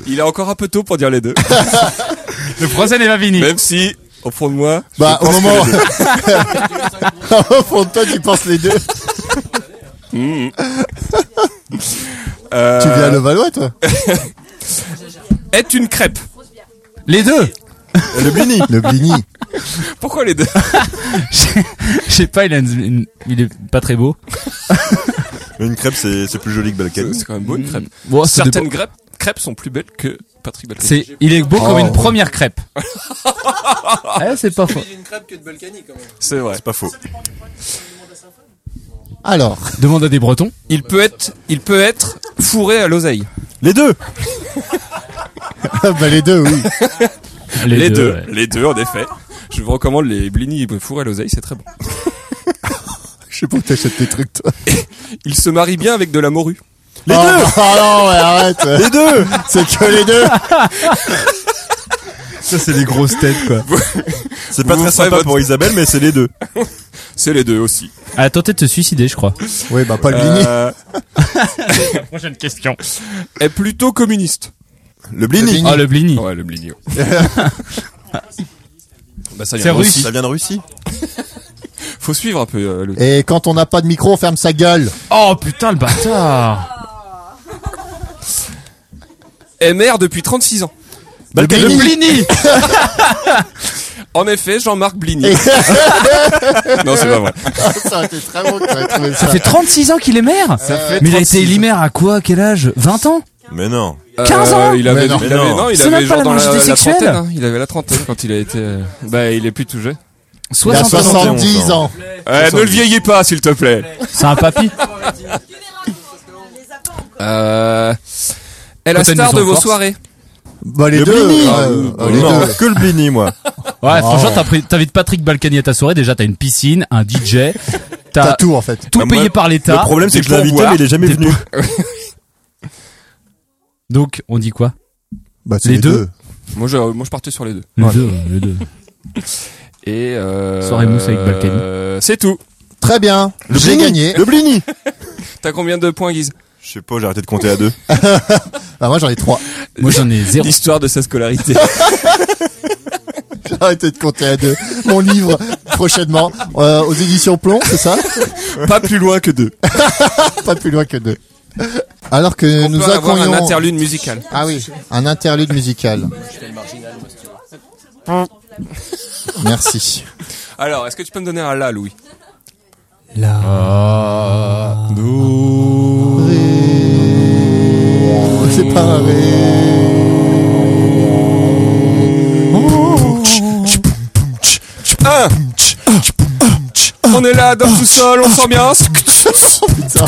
S2: Il est encore un peu tôt pour dire
S4: [LAUGHS]
S2: les deux.
S5: Le français n'est pas fini.
S2: Même si, au fond de moi,
S4: [LAUGHS] Bah, au moment. [LAUGHS] au fond de toi, tu penses les deux.
S2: euh,
S4: Tu viens à Levallois, toi?
S2: est une crêpe.
S5: Les deux [LAUGHS]
S4: Le blini. Le blini.
S2: Pourquoi les deux
S4: Ah,
S5: Je sais pas, il, a une- une- il est pas très beau.
S8: Une crêpe c'est c'est plus joli que Balkany.
S2: C'est quand même beau une crêpe.
S5: Bon, ça dépend.
S2: Certaines crêpes, crêpes sont plus belles que Patrick Balkany.
S5: C'est, il est beau comme une première crêpe. eh, c'est pas faux.
S2: C'est vrai.
S8: C'est pas faux.
S4: Alors.
S5: Demande à des Bretons.
S2: Il peut être, il peut être fourré à l'oseille.
S8: Les deux
S4: Ah [LAUGHS] bah les deux, oui.
S5: Les, ouais.
S2: les deux en effet. Je vous recommande les blini fourrés à l'oseille, c'est très bon.
S4: Je sais pas où t'achètes tes trucs, toi.
S2: Il se marie bien avec de la morue.
S4: Les deux [LAUGHS] Ah non, ouais, arrête [LAUGHS] Les deux C'est que les deux
S9: Ça, c'est des grosses têtes, quoi.
S8: C'est pas
S2: Vous
S8: très
S2: ferez
S8: sympa
S2: votre-
S8: pour Isabelle, mais c'est les deux.
S2: C'est les deux aussi.
S5: Elle a tenté Ah, de se suicider, je crois.
S4: Oui, bah pas le Ligny.
S2: Euh,
S5: Prochaine question.
S2: est plutôt communiste.
S8: Le Blini.
S5: Oh, le Blini.
S2: Ah Ouais, le bligno. [LAUGHS] bah ça
S5: C'est
S2: vient de
S5: russe.
S2: Russie.
S8: Ça vient de Russie
S2: Faut suivre un peu euh, le...
S4: Et quand on n'a pas de micro, on ferme sa gueule.
S5: Oh putain, le bâtard.
S2: Est maire depuis 36 ans.
S4: Le Blini.
S5: Blini
S2: En effet, Jean-Marc Blini.
S4: Et-
S2: [LAUGHS] non, c'est pas vrai.
S4: [LAUGHS] ça aurait été très bon que t'aurais trouvé
S5: Ça fait 36 ans qu'il est maire Mais il a été élu maire à quoi Quel âge 20 ans
S8: Mais non.
S5: 15 ans
S2: Euh, Il avait,
S4: Mais non.
S2: il avait, non, il
S5: C'est
S2: avait
S5: même
S2: genre
S5: pas la
S2: dans la,
S5: majorité
S2: la
S5: sexuelle.
S2: trentaine. hein. Il avait la trentaine quand il a été. euh, Bah, il est plus tout jeune.
S4: Il a
S5: 60 ans.
S4: 70 ans.
S2: Eh, ne le vieillez pas, s'il te plaît.
S5: C'est un papy.
S2: Euh, est la
S5: Quand elle
S2: star
S5: nous
S2: de vos
S5: enforce.
S2: soirées.
S4: Bah les
S8: Le
S4: deux
S8: Blini.
S4: euh,
S8: Ah,
S4: euh, les
S8: Non,
S4: deux.
S8: que le Blini, moi.
S5: Ouais, franchement, t'as pris- t'invites Patrick Balkany à ta soirée. Déjà, t'as une piscine, un DJ.
S4: T'as
S5: T'as
S4: tout en fait.
S5: tout
S8: Bah, moi,
S5: payé par l'État.
S8: Le problème, c'est
S5: des
S8: que je l'ai invité,
S5: pourboires.
S8: mais il est jamais
S5: Des
S8: venu.
S5: Donc, on dit quoi
S4: Bah, c'est
S5: Les
S4: les,
S5: deux.
S4: deux.
S2: Moi, je, moi, je partais sur les deux.
S5: Les deux, hein, les deux.
S2: Et euh,
S5: Mhm. Soirée mousse avec Balkany.
S2: euh, C'est tout.
S4: Très bien. J'ai gagné.
S8: Le
S4: [LAUGHS]
S8: Blini.
S2: T'as combien de points, Guise
S8: Je sais pas, j'ai arrêté de compter à deux.
S4: Bah moi j'en ai trois. [LAUGHS]
S5: Moi, j'en ai
S2: [LAUGHS]
S5: zéro.
S2: L'histoire de sa
S5: [LAUGHS]
S2: scolarité.
S4: J'ai arrêté de compter à deux. Mon livre prochainement euh, aux éditions Plomb, c'est ça
S2: pas plus loin que deux.
S4: Pas plus loin que deux. Alors que
S2: On
S4: nous
S2: peut avoir
S4: accueillons
S2: un interlude musical.
S4: Ah oui, un interlude musical. Merci.
S2: Alors, est-ce que tu peux me donner un là, Louis
S4: Oh, C'est pas un ré.
S2: 1 On est là dans le sous-sol, on s'ambiance.
S4: Putain.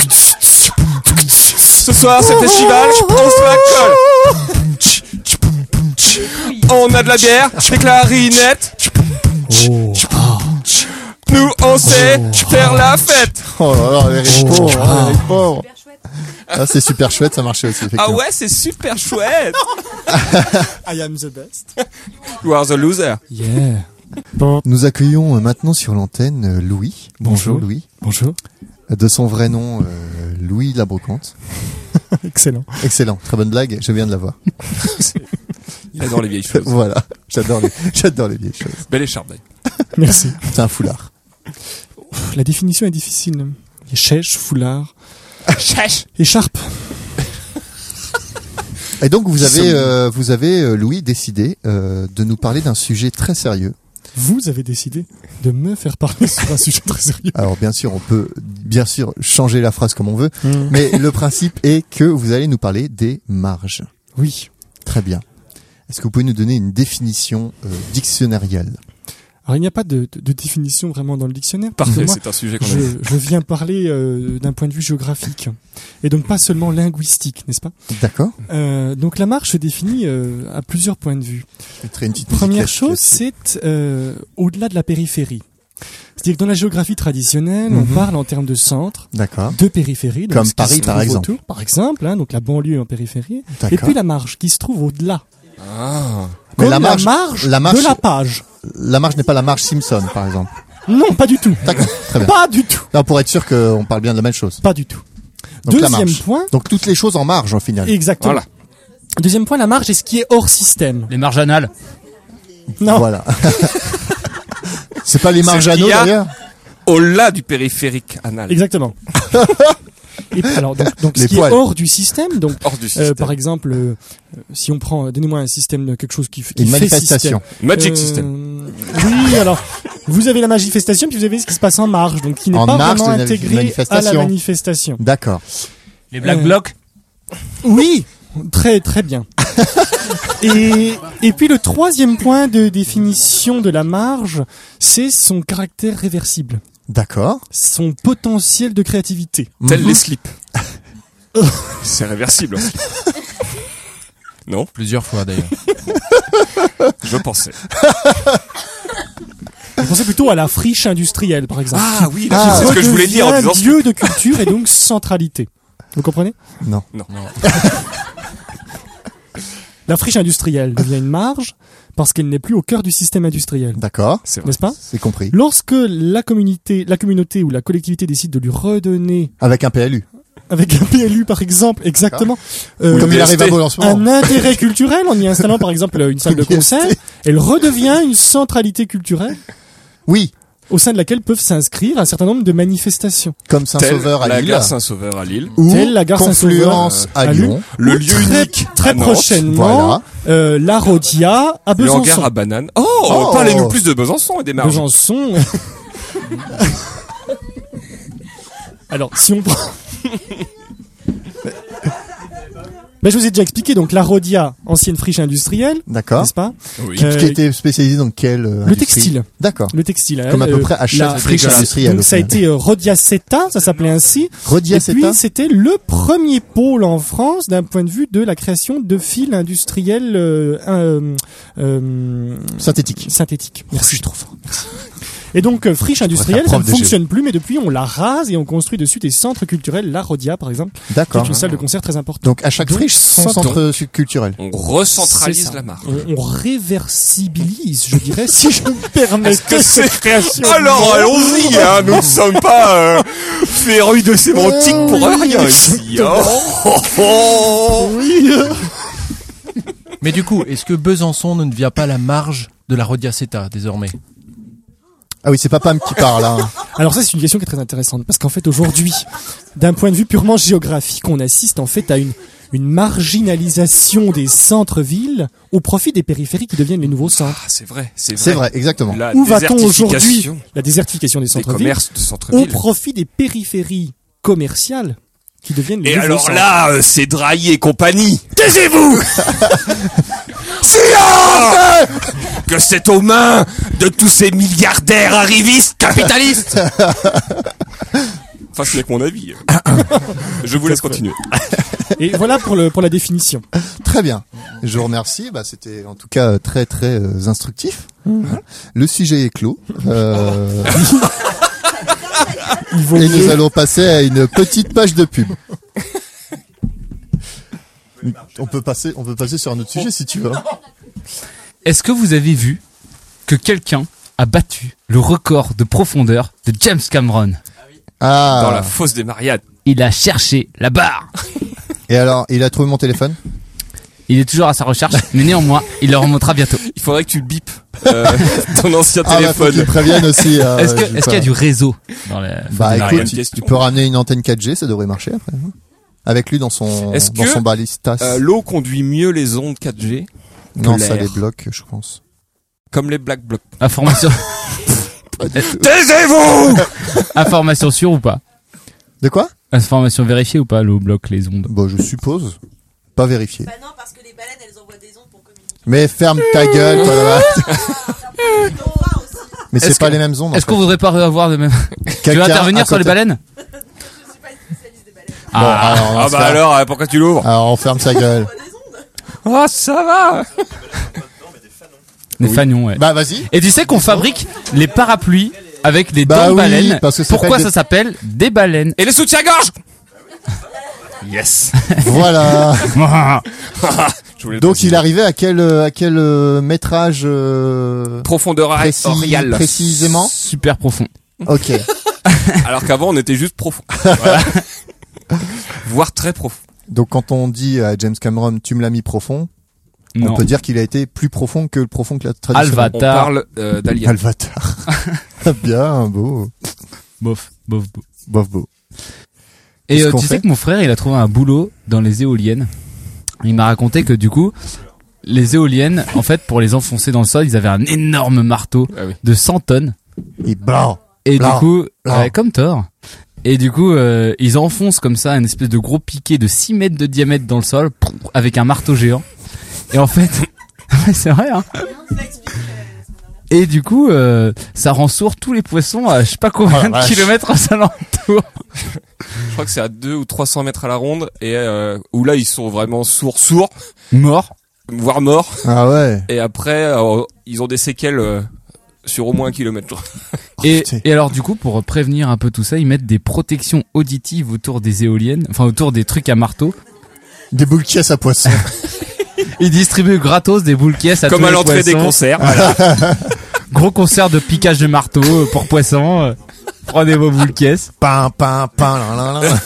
S2: Ce soir, c'est le festival, on se fait la colle. On a de la bière, des clarinettes. Nous, on sait faire la fête.
S4: Oh là là, elle est pauvre, elle est pauvre. Ah, c'est super chouette, ça marchait aussi.
S2: Ah
S4: effectivement.
S2: ouais, c'est super chouette.
S10: [LAUGHS] I am the best.
S2: You are the
S10: [LAUGHS]
S2: loser.
S10: Yeah.
S4: Nous accueillons euh, maintenant sur l'antenne euh, Louis. Bonjour Louis.
S10: Bonjour.
S4: De son vrai nom, euh, Louis Labrocante.
S10: [LAUGHS] Excellent.
S4: Excellent, très bonne blague, je viens de la voir.
S2: Il adore les vieilles choses.
S4: voilà, j'adore les, [LAUGHS] j'adore les vieilles choses.
S2: Belle écharpe, d'ailleurs.
S10: Merci.
S4: C'est un foulard.
S10: Pff, La définition est difficile. Il y a Chèche, foulard,
S2: Chèche.
S10: écharpe.
S4: Et donc vous avez, euh, vous avez euh, Louis décidé euh, de nous parler d'un sujet très sérieux.
S10: Vous avez décidé de me faire parler sur un [LAUGHS] sujet très sérieux.
S4: Alors bien sûr, on peut bien sûr changer la phrase comme on veut,
S10: Hmm.
S4: mais le principe est que vous allez nous parler des marges.
S10: Oui.
S4: Très bien. Est-ce que vous pouvez nous donner une définition euh, dictionnariale
S10: Alors il n'y a pas de, de- de définition vraiment dans le dictionnaire. parce que
S2: Parfait,
S10: moi,
S2: c'est un sujet qu'on
S10: je,
S2: aime.
S10: je viens parler euh, d'un point de vue géographique et donc pas seulement linguistique, n'est-ce pas
S4: D'accord
S10: Euh, Donc la marche se définit euh, à plusieurs points de vue.
S4: Très une petite
S10: Première
S4: musique
S10: chose,
S4: là-dessus.
S10: c'est euh, au-delà de la périphérie. C'est-à-dire que dans la géographie traditionnelle,
S4: Mhm.
S10: on parle en termes de centre,
S4: D'accord.
S10: de périphérie, donc
S4: Comme
S10: ce qui
S4: Paris,
S10: se
S4: par
S10: trouve
S4: exemple.
S10: autour, par exemple, hein, donc la banlieue en périphérie, et
S4: D'accord.
S10: puis la marge qui se trouve au-delà.
S2: Ah.
S4: Mais
S10: Comme
S4: la marge- la marge-
S10: de la page.
S4: La marge n'est pas la marge Simpson, par exemple.
S10: Non, pas du tout.
S4: D'accord. Très bien.
S10: Pas du tout.
S4: Là, pour être sûr qu'on parle bien de la même chose.
S10: Pas du tout.
S4: Donc la
S10: Deuxième
S4: marge.
S10: point,
S4: Donc toutes les choses en marge, au final.
S10: exactement.
S2: Voilà.
S10: Deuxième point, la marge est ce qui est hors système.
S5: Les marges anales.
S10: Non, [LAUGHS]
S4: Voilà. C'est pas les marges
S2: C'est
S4: anneaux
S2: qu'il y a-
S4: d'ailleurs
S2: Au-là du périphérique anal.
S4: [LAUGHS]
S10: exactement. et puis, alors, donc, donc
S4: Les
S10: ce qui
S4: poils.
S10: est hors du système, donc
S2: Hors du
S10: Euh,
S2: système.
S10: par exemple, euh, euh, si on prend, euh, donnez-moi un système, de quelque chose qui, f- qui
S4: Une
S10: fait
S4: manifestation.
S10: système.
S2: Magic
S10: Euh,
S2: System.
S10: Oui, alors vous avez la manifestation, puis vous avez ce qui se passe en marge, donc qui n'est
S4: En
S10: pas
S4: marge
S10: vraiment
S4: de la
S10: intégré à la
S4: manifestation.
S10: manifestation.
S4: D'accord.
S5: Les Black
S10: Euh,
S5: Blocs.
S10: Oui, très très bien. et, et puis le troisième point de définition de la marge, c'est son caractère réversible,
S4: D'accord.
S10: son potentiel de créativité.
S2: Tels les slips. c'est réversible. un slip. non,
S5: Plusieurs fois d'ailleurs.
S2: je pensais.
S10: Je pensais plutôt à la friche industrielle, par exemple.
S2: Ah oui, là,
S4: Ah,
S2: c'est ce que je voulais dire en
S10: Redevient
S2: disant.
S10: lieu de culture et donc centralité. Vous comprenez
S4: Non.
S2: Non.
S10: La friche industrielle devient une marge parce qu'elle n'est plus au cœur du système industriel.
S4: D'accord.
S2: C'est vrai.
S10: N'est-ce pas
S4: C'est compris.
S10: Lorsque la communauté, la communauté ou la collectivité décide de lui redonner,
S4: Avec un PLU.
S10: avec un PLU par exemple, exactement, euh,
S4: Comme il arrive à Beaune en ce
S10: un
S4: moment.
S10: intérêt culturel en y installant par exemple une
S2: [LAUGHS]
S10: salle de concert, elle redevient une centralité culturelle
S4: Oui.
S10: au sein de laquelle peuvent s'inscrire un certain nombre de manifestations.
S4: Comme Saint-Sauveur à
S2: la
S4: Lille.
S2: gare Saint-Sauveur à Lille.
S4: Ou
S10: Telle la gare
S4: Confluence
S10: Saint-Sauveur,
S4: à
S10: à Lyon.
S4: Lyon.
S2: Le
S10: Ou
S2: lieu
S10: très,
S2: unique à
S10: Très
S2: Nantes,
S10: prochainement,
S4: Voilà.
S10: euh, la Rodia à
S2: Le
S10: Besançon.
S2: hangar à bananes. Oh, parlez-nous plus de Besançon et des marges.
S10: Besançon. Alors, si on prend. [LAUGHS] Ben, je vous ai déjà expliqué, donc la Rodia, ancienne friche industrielle,
S4: D'accord.
S10: n'est-ce pas
S2: Oui.
S10: Euh,
S4: Qui était spécialisé dans quel euh,
S10: Le
S4: industrie
S10: textile.
S4: D'accord.
S10: Le textile.
S4: Comme à
S10: elle,
S4: peu
S10: euh,
S4: près à hein. chaque
S10: la-
S4: friche industrielle.
S10: Donc ça a été euh, Rodia Seta, ça s'appelait ainsi.
S4: Redis
S10: Et
S4: à cet
S10: puis c'était le premier pôle en France d'un point de vue de la création de fils industriels euh, euh, euh,
S4: synthétique.
S10: synthétiques. Merci, je suis trop fort. [LAUGHS] Et donc euh, friche industrielle,
S4: faire
S10: ça
S4: prof
S10: ne
S4: de géo.
S10: fonctionne plus, mais depuis on la rase et on construit dessus des centres culturels. La Rodia par exemple, qui
S4: D'accord.
S10: est une salle de concert très importante.
S4: Donc à chaque
S10: Donc,
S4: friche, son
S10: sans-
S4: centre sud- culturel.
S2: On
S10: C'est
S2: recentralise
S10: ça.
S2: la marque.
S10: On, on réversibilise, je dirais, [LAUGHS] si je me permets.
S2: Est-ce que c'est
S10: création
S2: Alors allons-y, hein, nous ne sommes pas euh, férus de sémantique pour rien ici. hein.
S11: [LAUGHS]
S2: oh.
S11: Mais du coup, est-ce que Besançon ne devient pas la marge de la Rodiaceta désormais
S4: Ah oui, c'est Papam qui parle. Hein.
S10: Alors ça c'est une question qui est très intéressante parce qu'en fait aujourd'hui, d'un point de vue purement géographique, on assiste en fait à une une marginalisation des centres-villes au profit des périphériques qui deviennent les nouveaux centres.
S2: Ah, c'est vrai, c'est vrai.
S4: C'est vrai, exactement.
S2: La
S10: Où va-t-on aujourd'hui
S2: désertification
S10: La désertification des
S2: Des
S10: centres-villes
S2: commerces de
S10: au
S2: centre-ville.
S10: profit des périphéries commerciales qui deviennent les
S2: Et
S10: nouveaux
S2: alors
S10: centres.
S2: là, euh, c'est Drahi et compagnie. Taisez-vous [LAUGHS] Silence
S4: ah,
S2: Ah, Que c'est aux mains de tous ces milliardaires arrivistes capitalistes Enfin, ce n'est que mon avis.
S4: Ah,
S2: Je vous laisse continuer.
S10: Et voilà pour le pour la définition.
S4: Très bien. Je vous remercie. Bah, c'était en tout cas euh, très très euh, instructif. Voilà. Le sujet est clos. Euh,
S10: Il vaut
S4: et
S10: mieux-
S4: nous allons passer à une petite page de pub. On peut passer, on peut passer sur un autre sujet si tu veux. hein.
S5: Est-ce que vous avez vu que quelqu'un a battu le record de profondeur de James Cameron
S2: Dans la
S4: Ah.
S2: fosse des Mariades.
S5: Il a cherché la barre.
S4: Et alors, il a trouvé mon téléphone.
S5: Il est toujours à sa recherche, mais néanmoins, il le remontera bientôt.
S2: Il faudrait que tu bipes [LAUGHS] euh, ton ancien
S4: Ah, bah, faut
S2: téléphone.
S4: qu'il prévienne aussi. euh,
S5: Est-ce
S4: je
S5: que-
S4: sais
S5: est-ce qu'il y a
S4: pas.
S5: du réseau dans la
S4: Bah
S2: Faudrait
S4: écoute,
S2: une
S4: tu,
S2: question.
S4: tu peux ramener une antenne 4G, ça devrait marcher après. hein. Avec lui dans son
S2: Est-ce
S4: dans
S2: que,
S4: son balistas.
S2: Euh, L'eau conduit mieux les ondes 4G,
S4: non, ça
S2: l'air.
S4: les bloque, je pense.
S2: comme les Black Blocs.
S5: information
S2: Taisez-vous
S5: information sûre ou pas
S4: De quoi
S5: Information vérifiée ou pas L'eau bloque les ondes.
S4: Bon, je suppose. Pas vérifié.
S12: Bah non, parce que les baleines, elles envoient des ondes pour communiquer. Ah,
S4: Mais ferme ta gueule, toi là-bas.
S12: Ils en voient aussi.
S4: Mais
S5: Est-ce
S4: c'est pas
S5: que-
S4: les mêmes ondes. en
S5: Est-ce
S4: fait.
S5: qu'on voudrait pas revoir de même Tu veux
S4: Quelqu'un à
S5: intervenir sur les
S4: côté-
S5: baleines
S4: Bon, alors, on
S2: Ah
S4: se
S2: bah
S4: ferme.
S2: alors, euh, pourquoi tu l'ouvres
S4: Alors, on ferme
S2: [LAUGHS]
S4: sa gueule.
S2: Oh, ça va
S5: Les fanons, ouais.
S4: Bah vas-y.
S5: Et tu sais qu'on fabrique les parapluies avec des
S4: Bah
S5: dents de
S4: oui,
S5: baleines.
S4: parce que ça
S5: Pourquoi
S4: s'appelle
S5: ça s'appelle des baleines
S2: Et le soutien-gorge Yes
S5: [LAUGHS]
S4: Voilà.
S2: Je voulais le
S4: Donc
S2: préciser.
S4: il arrivait à quel euh, à quel euh, métrage euh,
S2: Profondeur
S4: précis-
S5: [LAUGHS]
S2: aériale.
S4: précisément
S5: Super profond.
S4: OK.
S2: Alors qu'avant, on était juste profond. [LAUGHS] Voire très profond.
S4: Donc quand on dit à James Cameron tu me l'as mis profond,
S5: Non.
S4: on peut dire qu'il a été plus profond que le profond que la traditionnelle.
S2: On
S5: Alva. Tard.
S2: parle euh,
S13: [LAUGHS]
S2: d'alien.
S4: Alvatar. Ah, Bien, beau.
S5: Bof, bof, bof.
S4: Bof, beau.
S5: Et
S4: Qu'est-ce
S5: euh,
S4: qu'on
S5: tu sais
S4: fait
S5: que mon frère, il a trouvé un boulot dans les éoliennes. Il m'a raconté que du coup, les éoliennes, en fait, pour les enfoncer dans le sol, ils avaient un énorme marteau
S2: Ah oui.
S5: de 100 tonnes.
S4: Et blanc.
S5: Et
S4: Blanc,
S5: du coup,
S4: blanc.
S5: ouais, comme Thor. Et du coup, euh, ils enfoncent comme ça un espèce de gros piquet de 6 mètres de diamètre dans le sol prou, avec un marteau géant. Et en fait, [LAUGHS] Ouais, c'est vrai. Hein et du coup, euh, ça rend sourd tous les poissons à je sais pas combien
S4: Oh la
S5: de
S4: vache.
S5: kilomètres aux alentours.
S2: Je crois que c'est à 2 ou 300 mètres à la ronde. Et euh, où là, ils sont vraiment sourds, sourds,
S5: Mort.
S2: voire morts.
S4: Ah ouais.
S2: Et après, euh, ils ont des séquelles euh,
S13: sur au moins un kilomètre.
S5: Et, et alors du coup, pour prévenir un peu tout ça, ils mettent des protections auditives autour des éoliennes, enfin autour des trucs à marteau.
S4: Des boules caisses à [LAUGHS] poisson.
S5: ils distribuent gratos des boules caisses à
S13: Comme
S5: tous
S13: à
S5: les
S13: l'entrée des
S5: poissons.
S13: concerts,
S5: Gros concert de piquage de marteau euh, pour poissons. euh, Prenez vos boules caisses.
S4: Pin, pin, pin, là, là, là.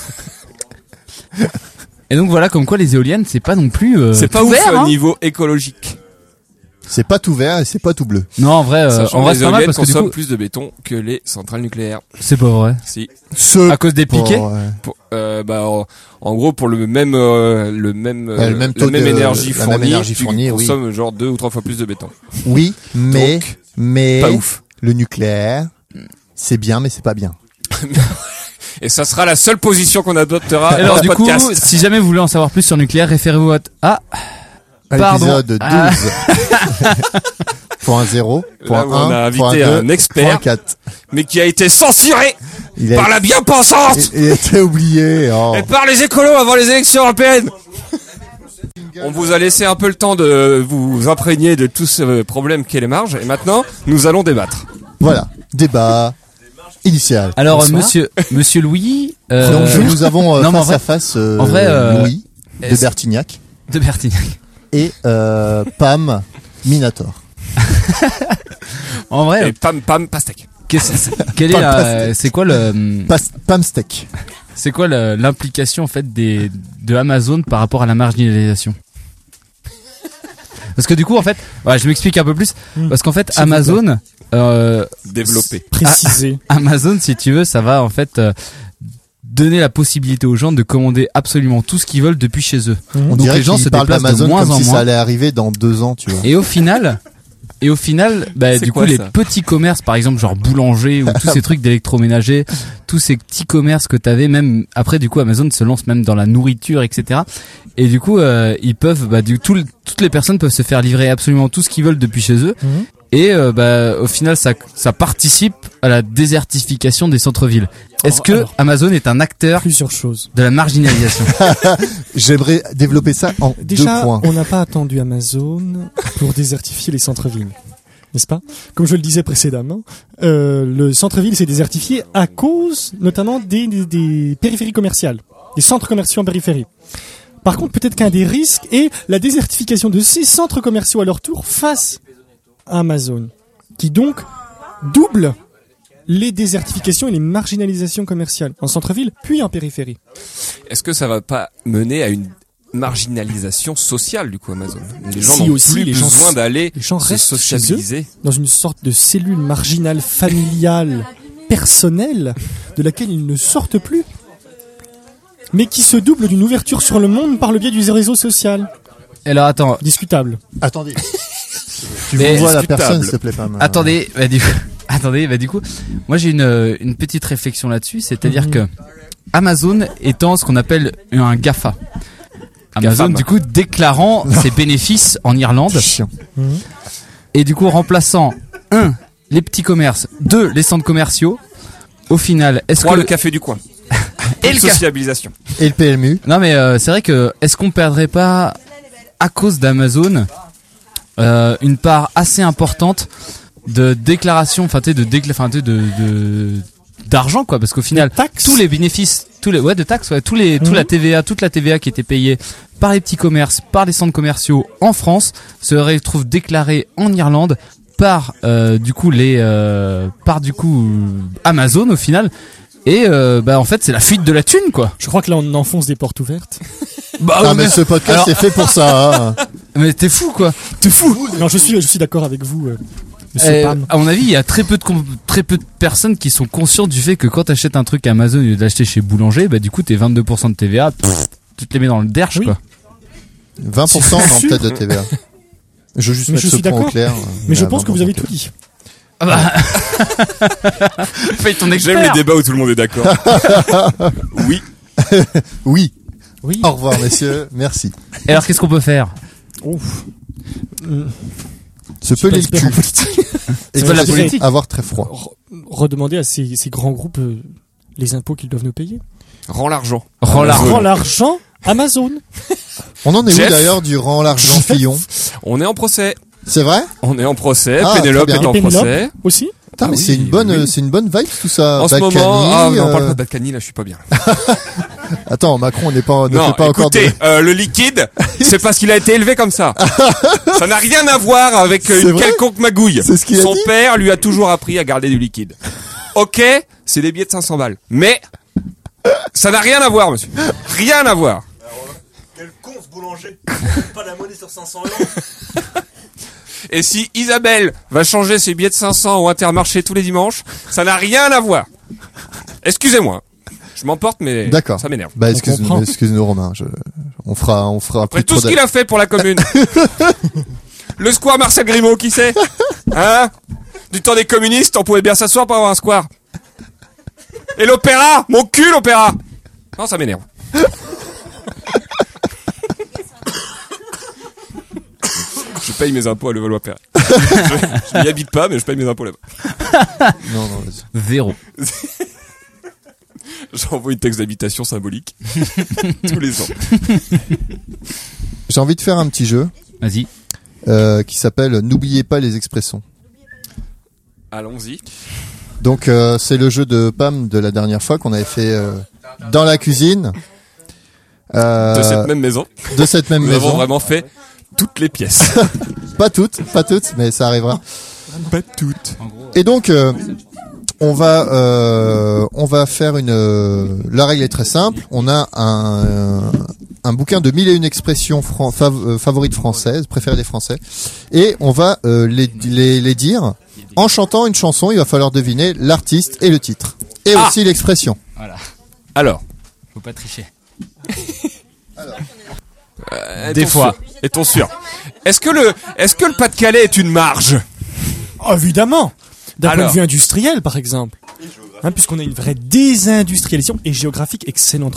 S5: Et donc voilà, comme quoi les éoliennes, c'est pas non plus. euh,
S13: C'est pas
S5: tout
S13: ouf
S5: vert,
S13: au
S5: hein.
S13: niveau écologique.
S4: C'est pas tout vert et c'est pas tout bleu.
S5: Non, en vrai, euh,
S13: Sachant
S5: en
S13: que
S5: vrai,
S13: les
S5: c'est pas mal
S13: éoliennes
S5: parce que du
S13: consomment
S5: coup,
S13: plus de béton que les centrales nucléaires.
S5: c'est pas vrai.
S13: Si.
S4: Ce
S5: À cause des piquets.
S4: pour, euh,
S13: Pour- euh, bah, en, en gros, pour le même, euh, le même, euh,
S4: Ouais, le même taux
S13: la même
S4: de-
S13: énergie
S4: la même
S13: fournie,
S4: énergie
S13: tu
S4: fournie, oui.
S13: consommes genre deux ou trois fois plus de béton.
S4: Oui, mais
S13: Donc,
S4: mais
S13: pas ouf.
S4: le nucléaire, c'est bien mais c'est pas bien.
S13: Et ça sera la seule position qu'on adoptera
S5: Ah, Alors
S13: dans
S5: du
S13: ce podcast.
S5: coup, si jamais vous voulez en savoir plus sur le nucléaire, référez-vous à... Ah,
S4: À
S5: Pardon.
S4: l'épisode 12.
S5: Ah.
S13: [LAUGHS]
S4: point 0, point 1,
S13: où on a
S4: point
S13: invité un
S4: 2,
S13: expert.
S4: point 4.
S13: mais qui a été censuré
S4: Il a,
S13: par la bien-pensante
S4: il, il a été oublié. oh.
S13: et par les écolos avant les élections européennes. On vous a laissé un peu le temps de vous imprégner de tout ce problème qu'est les marges, et maintenant, nous allons débattre.
S4: Voilà, débat initial.
S5: alors euh,
S4: Bonsoir.
S5: monsieur monsieur Louis euh,
S4: Donc je- nous avons euh,
S5: [LAUGHS] non, mais en
S4: face
S5: vrai-
S4: à face euh,
S5: en vrai, euh,
S4: Louis de
S5: est-ce-
S4: Bertignac
S5: de Bertignac.
S4: et euh, Pam Minator.
S5: En vrai,
S13: Et pam pam pastèque.
S5: qu'est-ce- quelle est la c'est quoi le
S4: Pas- Pam Steak.
S5: c'est quoi le- l'implication en fait des de Amazon par rapport à la marginalisation Parce que du coup en fait, ouais, je m'explique un peu plus
S4: Hmm.
S5: parce qu'en fait Amazon euh,
S13: Développé.
S10: Préciser.
S4: Ah,
S5: Amazon, si tu veux, ça va en fait euh, donner la possibilité aux gens de commander absolument tout ce qu'ils veulent depuis chez eux.
S4: Hmm. On
S5: Donc
S4: dirait
S5: les gens
S4: qu'il
S5: se
S4: parle
S5: déplacent de
S4: d'Amazon
S5: moins
S4: comme
S5: en
S4: si ça
S5: moins.
S4: allait arriver dans deux ans, tu vois.
S5: Et au final, et au final, bah,
S13: C'est
S5: du
S13: quoi,
S5: coup, les
S13: ça
S5: petits commerces, par exemple, genre boulanger ou
S13: [LAUGHS]
S5: tous ces trucs d'électroménager, tous ces petits commerces que t'avais, même après, du coup, Amazon se lance même dans la nourriture, etc. Et du coup, euh, ils peuvent, bah, du tout, le- toutes les personnes peuvent se faire livrer absolument tout ce qu'ils veulent depuis chez eux.
S13: Mhm.
S5: Et euh, bah, au final, ça, ça participe à la désertification des centres-villes.
S13: Oh,
S5: Est-ce que
S10: Alors-
S5: Amazon est un
S4: ah.
S5: acteur
S10: Plusieurs choses.
S5: de la marginalisation
S13: [LAUGHS]
S4: J'aimerais développer ça en deux
S10: Déjà,
S4: points.
S10: on n'a pas attendu Amazon pour désertifier les centres-villes. N'est-ce pas Comme je le disais précédemment, euh, le centre-ville s'est désertifié à cause notamment des, des, des périphéries commerciales, des centres commerciaux en périphérie. Par contre, peut-être qu'un des risques est la désertification de ces centres commerciaux à leur tour face à Amazon, qui donc double les désertifications et les marginalisations commerciales en centre-ville puis en périphérie.
S13: Est-ce que ça va pas mener à une marginalisation sociale du coup Amazon Les gens
S10: Si
S13: n'ont
S10: aussi,
S13: plus
S10: les gens
S13: besoin
S10: s-
S13: d'aller
S10: les gens
S13: se
S10: restent chez eux.
S13: sociabiliser.
S10: dans une sorte de cellule marginale, familiale, personnelle, de laquelle ils ne sortent plus, mais qui se double d'une ouverture sur le monde par le biais du réseau social.
S5: Alors attends,
S10: Discutable.
S4: Attendez. tu
S5: Mais
S4: vois la
S13: discutable.
S4: personne, s'il te plaît, Pam.
S5: Attendez, bah du coup, [LAUGHS] attendez, bah du coup, moi j'ai une, euh, une petite réflexion là-dessus, c'est-à-dire
S10: Mhm.
S5: que Amazon étant ce qu'on appelle un GAFA, Amazon
S13: GAFAM.
S5: du coup déclarant ses bénéfices en Irlande
S4: C'est Ah, bah, chiant.
S5: et du coup remplaçant un les petits commerces, deux les centres commerciaux. Au final, est-ce que
S13: Trois, le café du coin.
S5: Et le café.
S13: sociabilisation.
S4: Et le PMU
S5: non mais euh, c'est vrai que est-ce qu'on perdrait pas à cause d'Amazon euh, une part assez importante de déclaration, enfin tu sais, de décla- enfin, tu sais, de de- d'argent quoi, parce qu'au final
S10: Taxe.
S5: tous les bénéfices, tous les ouais de taxes, ouais, tous les toute la TVA, toute la TVA qui était payée par les petits commerces, par les centres commerciaux en France se retrouve déclarée en Irlande par euh, du coup les euh, par du coup Amazon au final et euh, bah en fait c'est la fuite de la thune quoi.
S10: Je crois que là on enfonce des portes ouvertes.
S5: Bah
S4: Ah, mais ce podcast
S5: Alors-
S4: c'est fait pour ça. hein.
S5: [LAUGHS] mais t'es fou quoi.
S10: T'es fou Non, je suis, je suis d'accord avec vous, euh, monsieur
S5: Euh,
S10: Pam.
S5: à mon avis, il y a très peu de com- très peu de personnes qui sont conscientes du fait que quand t'achètes un truc à Amazon au lieu d'acheter chez boulanger, bah du coup t'es 22% de TVA, pff, tu te les mets dans le derche
S10: Oui.
S5: quoi.
S4: 20% en peut-être de TVA. Je veux juste
S10: Mais
S4: mettre
S10: je
S4: ce
S10: suis
S4: point au
S10: d'accord.
S4: clair.
S10: Mais je pense que vous avez tout dit.
S5: Ah [LAUGHS] bah. Fais ton
S13: J'aime les débats où tout le monde est [LAUGHS] d'accord. oui.
S4: Oui.
S10: Oui.
S4: Au revoir, messieurs. Merci.
S5: Et Alors qu'est-ce qu'on peut faire
S10: Ouf. Euh,
S4: Se peut
S10: pas
S4: les
S10: expert
S4: culs.
S10: en politique.
S4: Et
S10: pas de la
S4: se peut
S10: politique.
S4: Avoir très froid.
S10: Re- Redemander à ces, ces grands groupes euh, les impôts qu'ils doivent nous payer.
S13: Rends l'argent.
S5: Rends l'argent.
S10: Prends l'argent Amazon.
S4: On en est
S13: Jeff
S4: où d'ailleurs durant l'argent
S13: Jeff
S4: Fillon
S13: On est en procès.
S4: C'est vrai
S2: On est en procès,
S4: Ah,
S2: Pénélope
S4: très
S2: est
S4: bien.
S2: en
S4: Et Pénélope
S2: procès.
S10: Aussi
S2: Ah
S4: Putain, mais c'est une bonne, euh, c'est une bonne vibe tout ça.
S2: En ce
S4: Balkany,
S2: moment, ah, mais on parle
S4: euh,
S2: pas de Balkany, là, je suis pas bien.
S4: Attends, Macron, on n'est pas, ne
S2: Non,
S4: fait pas encore
S2: écoutez,
S4: de.
S2: euh, le
S4: [LAUGHS]
S2: liquide, c'est parce qu'il a été élevé comme ça. ça n'a rien à voir avec euh,
S4: C'est
S2: une
S4: vrai
S2: quelconque magouille.
S4: C'est ce qu'il a
S2: Son
S4: dit
S2: père lui a toujours appris à garder du liquide. Ok, c'est des billets de 500 balles. Mais ça n'a rien à voir, monsieur. Rien à voir.
S14: Quel con ce boulanger Pas la monnaie sur 500 euros
S2: Et si Isabelle va changer ses billets de 500 au Intermarché tous les dimanches, ça n'a rien à voir. Excusez-moi. Je m'emporte, mais
S4: D'accord.
S2: ça m'énerve.
S4: Bah excuse,
S10: comprend.
S4: excuse-nous Romain, je- on fera, on fera
S2: Après
S4: plus
S2: tout
S4: trop
S2: ce qu'il a fait pour la [LAUGHS] commune. le square Marcel Grimaud, qui sait Hein Du temps des communistes, on pouvait bien s'asseoir pour avoir un square. Et l'opéra Mon cul, l'opéra Non, ça m'énerve. [COUGHS] je paye mes impôts à Levallois-Perret. [LAUGHS] je je n'y habite pas, mais je paye mes impôts là-bas.
S4: d'a- Non, non, vas-y.
S5: Zéro.
S2: J'envoie une taxe d'habitation [LAUGHS] symbolique. Tous les ans.
S4: J'ai envie de faire un petit jeu
S5: Vas-y.
S4: euh, qui s'appelle N'oubliez pas les expressions.
S2: Allons-y.
S4: Donc euh, c'est le jeu de Pam de la dernière fois qu'on avait fait euh, dans la cuisine. Euh,
S2: De cette même maison,
S4: de cette même
S2: nous
S4: maison.
S2: avons vraiment fait toutes les pièces.
S4: Pas toutes, pas toutes, mais ça arrivera.
S3: Pas toutes.
S4: Et donc, euh, on va, euh, on va faire une. euh, la règle est très simple. On a un, euh, un bouquin de mille et une expressions fran- fav- euh, favorites françaises, préférées des Français, et on va euh, les, les, les dire en chantant une chanson. Il va falloir deviner l'artiste et le titre, et
S2: Ah
S4: aussi l'expression.
S2: Alors,
S5: Faut pas tricher.
S2: euh,
S5: Des
S2: est-on
S5: fois.
S2: sûr- Est-on sûr Est-ce que le, est-ce que le Pas-de-Calais est une marge
S10: Ah, Évidemment. D'un point
S2: Alors.
S10: de vue industriel, par exemple. Hein, puisqu'on a une vraie désindustrialisation et géographique, excellente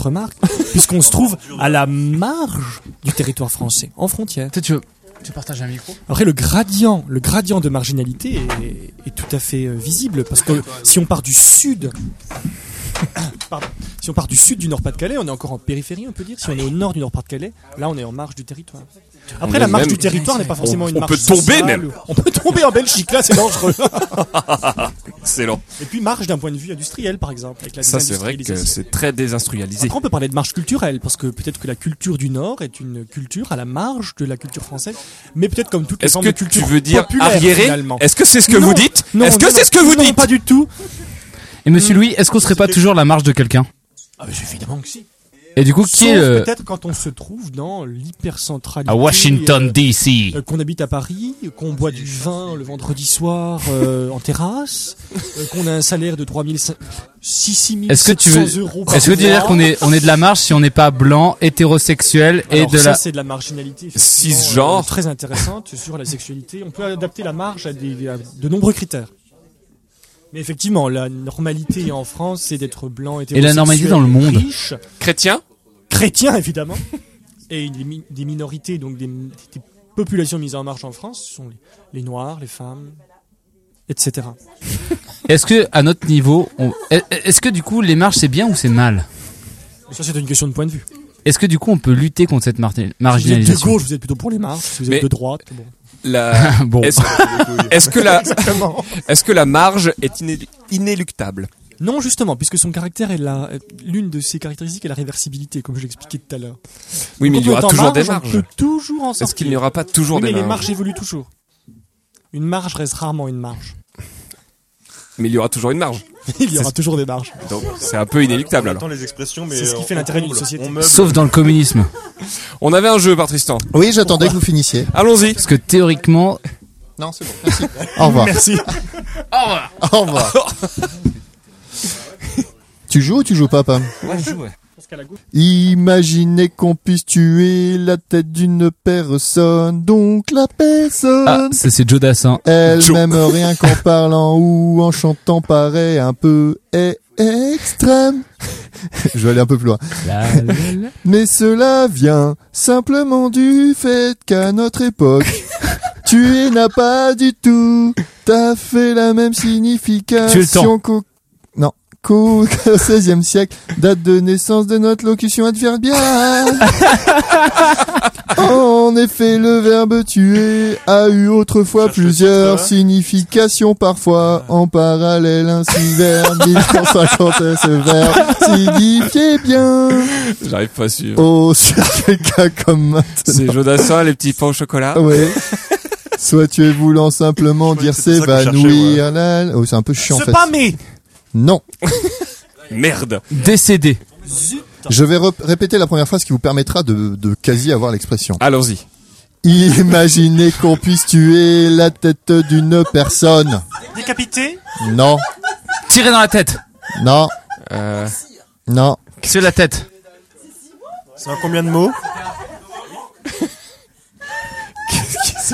S2: [LAUGHS]
S10: remarque, puisqu'on se trouve à la marge du territoire français, en frontière.
S15: Tu veux, tu partages un micro
S10: Après, le gradient, le gradient de marginalité est, est tout à fait euh, visible, parce que si on part du sud, [LAUGHS] pardon, si on part du sud du Nord-Pas-de-Calais, on est encore en périphérie, on peut dire. Si on est au nord du Nord-Pas-de-Calais, là, on est en marge du territoire. Après,
S2: est
S10: la marge
S2: même-
S10: du territoire n'est pas forcément une
S2: on
S10: marge
S2: peut tomber
S10: sociale
S2: même.
S10: ou- On peut tomber en Belgique, là, c'est dangereux.
S2: Excellent.
S10: Et puis marche d'un point de vue industriel, par exemple. Avec la
S2: Ça, c'est vrai que
S10: désindustrialisation.
S2: c'est très désindustrialisé.
S10: Après, on peut parler de marche culturelle, parce que peut-être que la culture du Nord est une culture à la marge de la culture française, mais peut-être comme toutes les
S2: Est-ce
S10: formes
S2: que
S10: de
S2: tu
S10: culture
S2: veux dire
S10: populaire,
S2: arriéré
S10: finalement.
S2: Est-ce que c'est ce que
S10: Non,
S2: vous dites
S10: non,
S2: Est-ce que
S10: non,
S2: c'est ce que vous
S10: non,
S2: dites
S10: Pas du tout.
S5: Et monsieur Louis, est-ce qu'on serait pas toujours la marge de quelqu'un
S10: Ah, mais évidemment que si.
S5: Et du coup, qui est le...
S10: Peut-être quand on se trouve dans l'hypercentralité.
S5: euh, À Washington, D.C.
S10: euh, qu'on habite à Paris, euh, qu'on boit du vin le vendredi soir euh, en terrasse, euh, qu'on a un salaire de 3500 6
S5: Est-ce que tu veux-
S10: euros par
S5: Est-ce que tu veux dire
S10: mois.
S5: qu'on est, on est de la marge si on n'est pas blanc, hétérosexuel et
S10: Alors
S5: de
S10: ça,
S5: la...
S10: c'est de la marginalité effectivement,
S2: Cisgenre.
S10: euh, très intéressante sur la sexualité. On peut adapter la marge à, des, à de nombreux critères. Mais effectivement, la normalité en France, c'est d'être blanc, hétérosexuel,
S5: normalité dans le monde.
S10: riche,
S2: Chrétien
S10: chrétien évidemment, et des, mi- des minorités, donc des, des populations mises en marge en France, ce sont les, les noirs, les femmes, etc.
S5: Est-ce que, à notre niveau, on... est- est-ce que du coup, les marges c'est bien ou c'est mal?
S10: Mais ça, c'est une question de point de vue.
S5: Est-ce que du coup, on peut lutter contre cette mar-
S10: Si vous êtes de
S5: marginalisation?
S10: gauche, vous êtes plutôt pour les marges. Si vous êtes
S2: Mais-
S10: de droite, bon.
S2: La-
S5: [LAUGHS]
S2: [LAUGHS]
S5: Bon.
S2: Est-ce est-ce que la est-ce que la marge est iné- inéluctable
S10: Non, justement, puisque son caractère est la, l'une de ses caractéristiques est la réversibilité, comme je l'expliquais tout à l'heure.
S2: Oui, mais
S10: Quand
S2: il y
S10: on
S2: aura
S10: est en
S2: toujours des
S10: marge,
S2: marges.
S10: On peut toujours en sortir.
S2: Est-ce qu'il n'y aura pas toujours
S10: Oui, mais
S2: des
S10: les
S2: marges
S10: marges évoluent toujours. Une marge reste rarement une marge. [LAUGHS]
S2: Mais il y aura toujours une marge.
S10: Il y aura toujours des marges.
S2: Donc c'est un peu inéluctable
S8: On
S2: alors.
S8: attend les expressions, mais
S10: C'est ce qui
S8: on-
S10: fait l'intérêt
S8: on
S10: d'une
S8: meuble,
S10: société.
S8: on meuble.
S5: Sauf dans le communisme.
S2: On avait un jeu par Tristan.
S4: Oui, j'attendais que vous finissiez.
S2: Allons-y.
S5: Parce que théoriquement,
S4: Non, c'est bon. [LAUGHS] Merci. Au revoir.
S10: Merci.
S4: Au revoir. [LAUGHS] tu joues ou tu joues pas, Pam Imaginez qu'on puisse tuer la tête d'une personne, donc la
S5: ah,
S2: Euh.
S4: personne.
S5: ça c'est Joe Dassin.
S4: Elle
S2: Joe.
S4: n'aime [LAUGHS] rien qu'en parlant ou en chantant paraît un peu e- extrême. Je vais aller un peu plus loin.
S5: La- la- la-
S4: Mais cela vient simplement du fait qu'à notre
S5: [LAUGHS]
S4: époque, tuer n'a pas du tout. T'as fait la même
S5: Tuer le
S4: signification
S5: temps.
S4: qu'au... Non, qu'au [LAUGHS] XVIe siècle, date de naissance de notre locution
S5: [LAUGHS]
S4: adverbiale. en effet, le verbe tuer a eu autrefois plusieurs significations, parfois en parallèle. Ainsi, vers [LAUGHS] 1950, ce verbe signifiait bien
S2: J'arrive pas à suivre.
S4: au cercle cas comme maintenant.
S2: C'est Jodassin, les petits pains au chocolat.
S4: Ouais. Soit tu es voulant simplement dire
S2: que c'était ça que je cherchais,
S4: s'évanouir la- Oh, c'est un peu chiant, en fait.
S2: mais
S4: Non.
S2: Merde.
S5: Décédé.
S4: Je vais rep- répéter la première phrase qui vous permettra de, de quasi avoir l'expression.
S2: Allons-y.
S4: Imaginez qu'on puisse tuer la tête d'une personne.
S14: Décapité
S4: Non.
S5: Tirer dans la tête.
S4: Non.
S2: Euh...
S4: Non.
S5: Sur la tête.
S14: C'est en combien de mots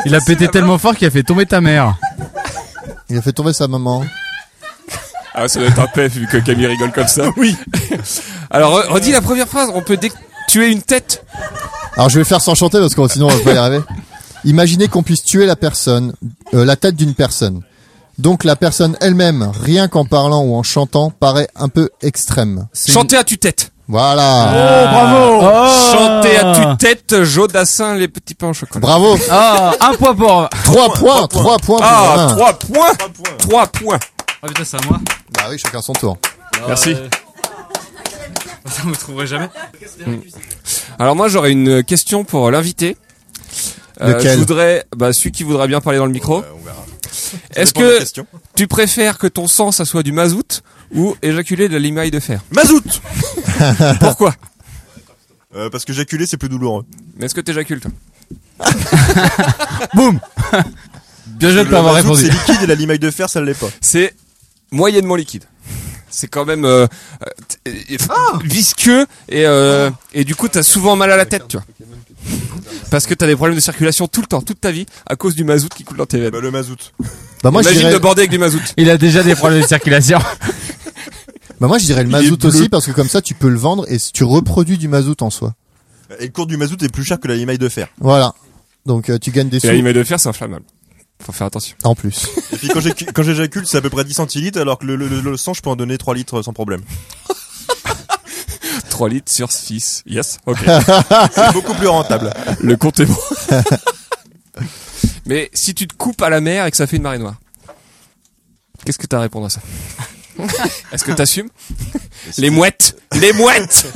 S5: Il a pété tellement fort qu'il a fait tomber ta mère.
S4: Il a fait tomber sa maman.
S2: Ah, ça doit être un pef vu que Camille rigole comme ça. [LAUGHS] Oui. Alors, re- redis la première phrase. On peut dé- tuer une tête.
S4: Alors je vais faire sans chanter parce que sinon on va pas y arriver. Imaginez qu'on puisse tuer la personne, euh, la tête d'une personne. Donc la personne elle-même, rien qu'en parlant ou en chantant, paraît un peu extrême.
S2: Chanter à tue-tête.
S4: Voilà.
S5: bravo
S4: Oh.
S2: Chanter Oh, à tue-tête, Jodassin, les petits pains au chocolat.
S4: Bravo.
S5: Ah, un point pour.
S4: Trois points. Trois points. pour
S2: Ah,
S4: Romain.
S2: trois points. Trois points.
S5: Ah putain, c'est à moi. Euh,
S4: Bah oui, chacun son tour.
S2: Oh, Merci.
S5: [LAUGHS] Ça vous trouverez jamais.
S2: Alors moi j'aurais une question pour l'invité. Euh,
S4: Lequel
S2: je voudrais bah, celui qui voudra bien parler dans le micro. Est-ce
S8: dépend de la
S2: que
S8: question.
S2: tu préfères que ton sang ça soit du mazout ou éjaculer de la limaille de fer
S8: Mazout
S2: [LAUGHS]
S4: [LAUGHS]
S2: Pourquoi
S8: Euh, Parce que j'acculé, c'est plus douloureux.
S2: Est-ce que t'éjacules toi
S5: Bien joué de
S8: Le
S5: pas avoir
S8: mazout,
S5: répondu.
S8: C'est liquide et la limaille de fer, ça l'est pas.
S2: C'est moyennement liquide. [LAUGHS] C'est quand même euh, euh, t- euh, visqueux et euh, et du coup t'as souvent mal à la tête, tu vois. Parce que t'as des problèmes de circulation tout le temps, toute ta vie, à cause du mazout qui coule dans tes veines.
S8: Bah, le mazout.
S4: Bah moi je
S2: Imagine
S4: dirais,
S2: de border avec du mazout.
S5: Il a déjà des problèmes de circulation.
S4: bah moi je dirais le
S8: Il est
S4: mazout
S8: bleu.
S4: aussi parce que comme ça tu peux le vendre et tu reproduis du mazout en soi.
S8: Et le cours du mazout est plus cher que la limaille de fer.
S4: Voilà. Donc euh, tu gagnes des
S2: Et
S4: sous
S2: la limaille de fer [LAUGHS] c'est inflammable. Faut faire attention.
S4: en plus.
S8: Et puis quand j'écu- quand j'éjacule, c'est à peu près 10 centilitres, alors que le, le- le- le sang, je peux en donner 3 litres sans problème.
S2: 3 litres sur 6. Yes, ok.
S8: C'est beaucoup plus rentable.
S2: [LAUGHS] Le compte est bon. [LAUGHS] Mais si tu te coupes à la mer et que ça fait une marée noire, qu'est-ce que t'as à répondre à ça Est-ce que t'assumes Les mouettes Les mouettes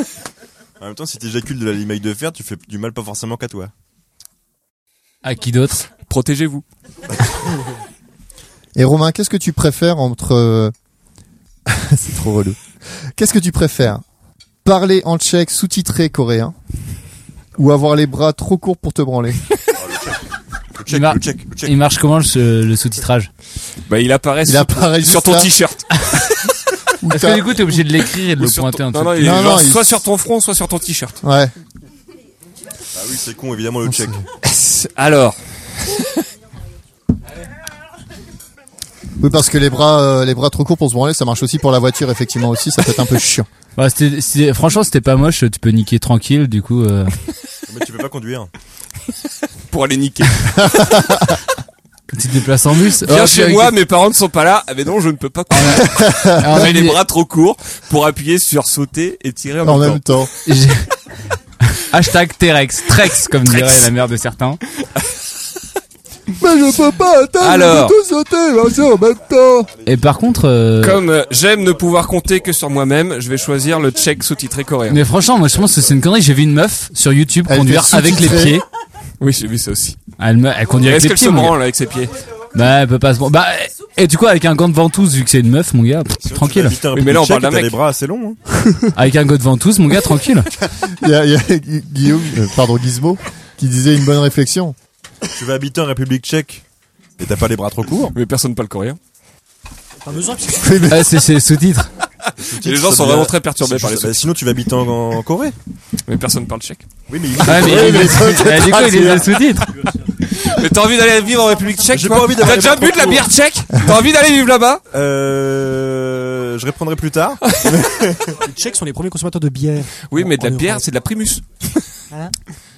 S8: En même temps, si t'éjacules de la limaille de fer, tu fais du mal pas forcément qu'à toi.
S5: À qui d'autre
S2: Protégez-vous.
S4: Et Romain, qu'est-ce que tu préfères entre euh, [LAUGHS] C'est trop relou. Qu'est-ce que tu préfères Parler en tchèque sous-titré coréen ou avoir les bras trop courts pour te branler
S8: Le check,
S5: Il va-
S8: le check, le check.
S5: Il marche comment le, le sous-titrage
S2: Bah, il apparaît,
S4: Il
S2: sous-
S4: apparaît
S2: sur
S4: juste
S2: ton
S4: là.
S2: t-shirt.
S4: Ou
S5: Est-ce
S4: t'as-
S5: que du coup t'es obligé de l'écrire et de
S2: Ou
S5: le
S2: sur
S5: pointer
S2: ton-
S5: un
S2: Non,
S5: truc
S2: non, il est
S4: Non,
S2: genre
S4: non, il-
S2: soit sur ton front, soit sur ton t-shirt.
S4: Ouais.
S8: Ah oui, c'est con, évidemment, le check.
S2: Alors,
S4: Oui, parce que les bras, euh, les bras trop courts pour se branler, ça marche aussi pour la voiture, effectivement aussi, ça peut être un peu chiant.
S5: Bah, c'était- c'était- Franchement, c'était pas moche. Tu peux niquer tranquille. Du coup, euh, [LAUGHS]
S8: Ah, Mais tu peux pas conduire.
S2: pour aller niquer.
S5: tu te déplaces en bus.
S2: Viens
S5: Oh,
S2: chez
S5: avec-
S2: moi, mes parents ne sont pas là. Ah, mais non, je ne peux pas. [LAUGHS]
S5: Ah,
S2: J'ai les
S5: mais-
S2: bras trop courts pour appuyer sur sauter et tirer en,
S4: En
S2: même temps.
S4: même temps.
S5: [LAUGHS] J'ai- Hashtag T-Rex, Trex comme dirait la mère de certains.
S4: Mais je peux pas attendre,
S2: Alors.
S4: tout sauter, là, c'est en même temps.
S5: Et par contre, euh,
S2: Comme euh, j'aime ne pouvoir compter que sur moi-même, je vais choisir le tchèque sous-titré coréen.
S5: mais franchement, moi je pense que c'est une connerie. J'ai vu une meuf sur YouTube
S4: Elle
S5: conduire
S4: était
S5: avec les
S4: sous-titrée.
S5: pieds.
S2: Oui, j'ai vu ça aussi.
S5: Elle, me... elle conduit avec
S2: Est-ce
S5: les
S2: qu'elle
S5: pieds.
S2: se
S5: mon gars.
S2: branle avec ses pieds
S5: Bah, elle peut pas se branler. Bah, et du coup, avec un gant de ventouse, vu que c'est une meuf, mon gars, pff, tranquille.
S2: Oui, mais là, on parle d'un
S8: T'as
S2: mec.
S8: les bras assez longs. hein.
S5: Avec un gant de ventouse, mon
S2: [LAUGHS]
S5: gars, tranquille.
S4: Il y a, il y a Gu- Guillaume, euh, pardon, Gizmo, qui disait une bonne réflexion.
S8: Tu vas habiter en République tchèque et t'as pas les bras trop courts.
S2: Mais personne pas le coréen.
S10: Pas besoin que
S4: Oui, mais-
S5: Ah, c'est c'est le sous-titre.
S2: Et les gens sont vraiment très perturbés
S8: C'est
S2: par les
S8: juste- bah, Sinon, tu vas habiter en, en Corée.
S2: Mais personne parle tchèque.
S8: Oui, mais
S5: Ouais, Ah, mais,
S4: Oui, mais
S5: mais-
S4: ça, c'est
S5: bah, du coup, il est
S4: traduire.
S5: dans le sous-titre.
S2: Mais t'as envie d'aller vivre en République tchèque
S8: J'ai
S2: toi
S8: pas envie d'aller
S2: T'as déjà
S8: voir
S2: bu de la
S8: trop
S2: bière tchèque T'as envie d'aller vivre là-bas
S8: euh, je reprendrai plus tard.
S10: les Tchèques sont les premiers consommateurs de bière.
S2: Oui, mais de la
S10: On est
S2: bière,
S10: au-
S2: c'est de la primus.
S10: [LAUGHS] Hein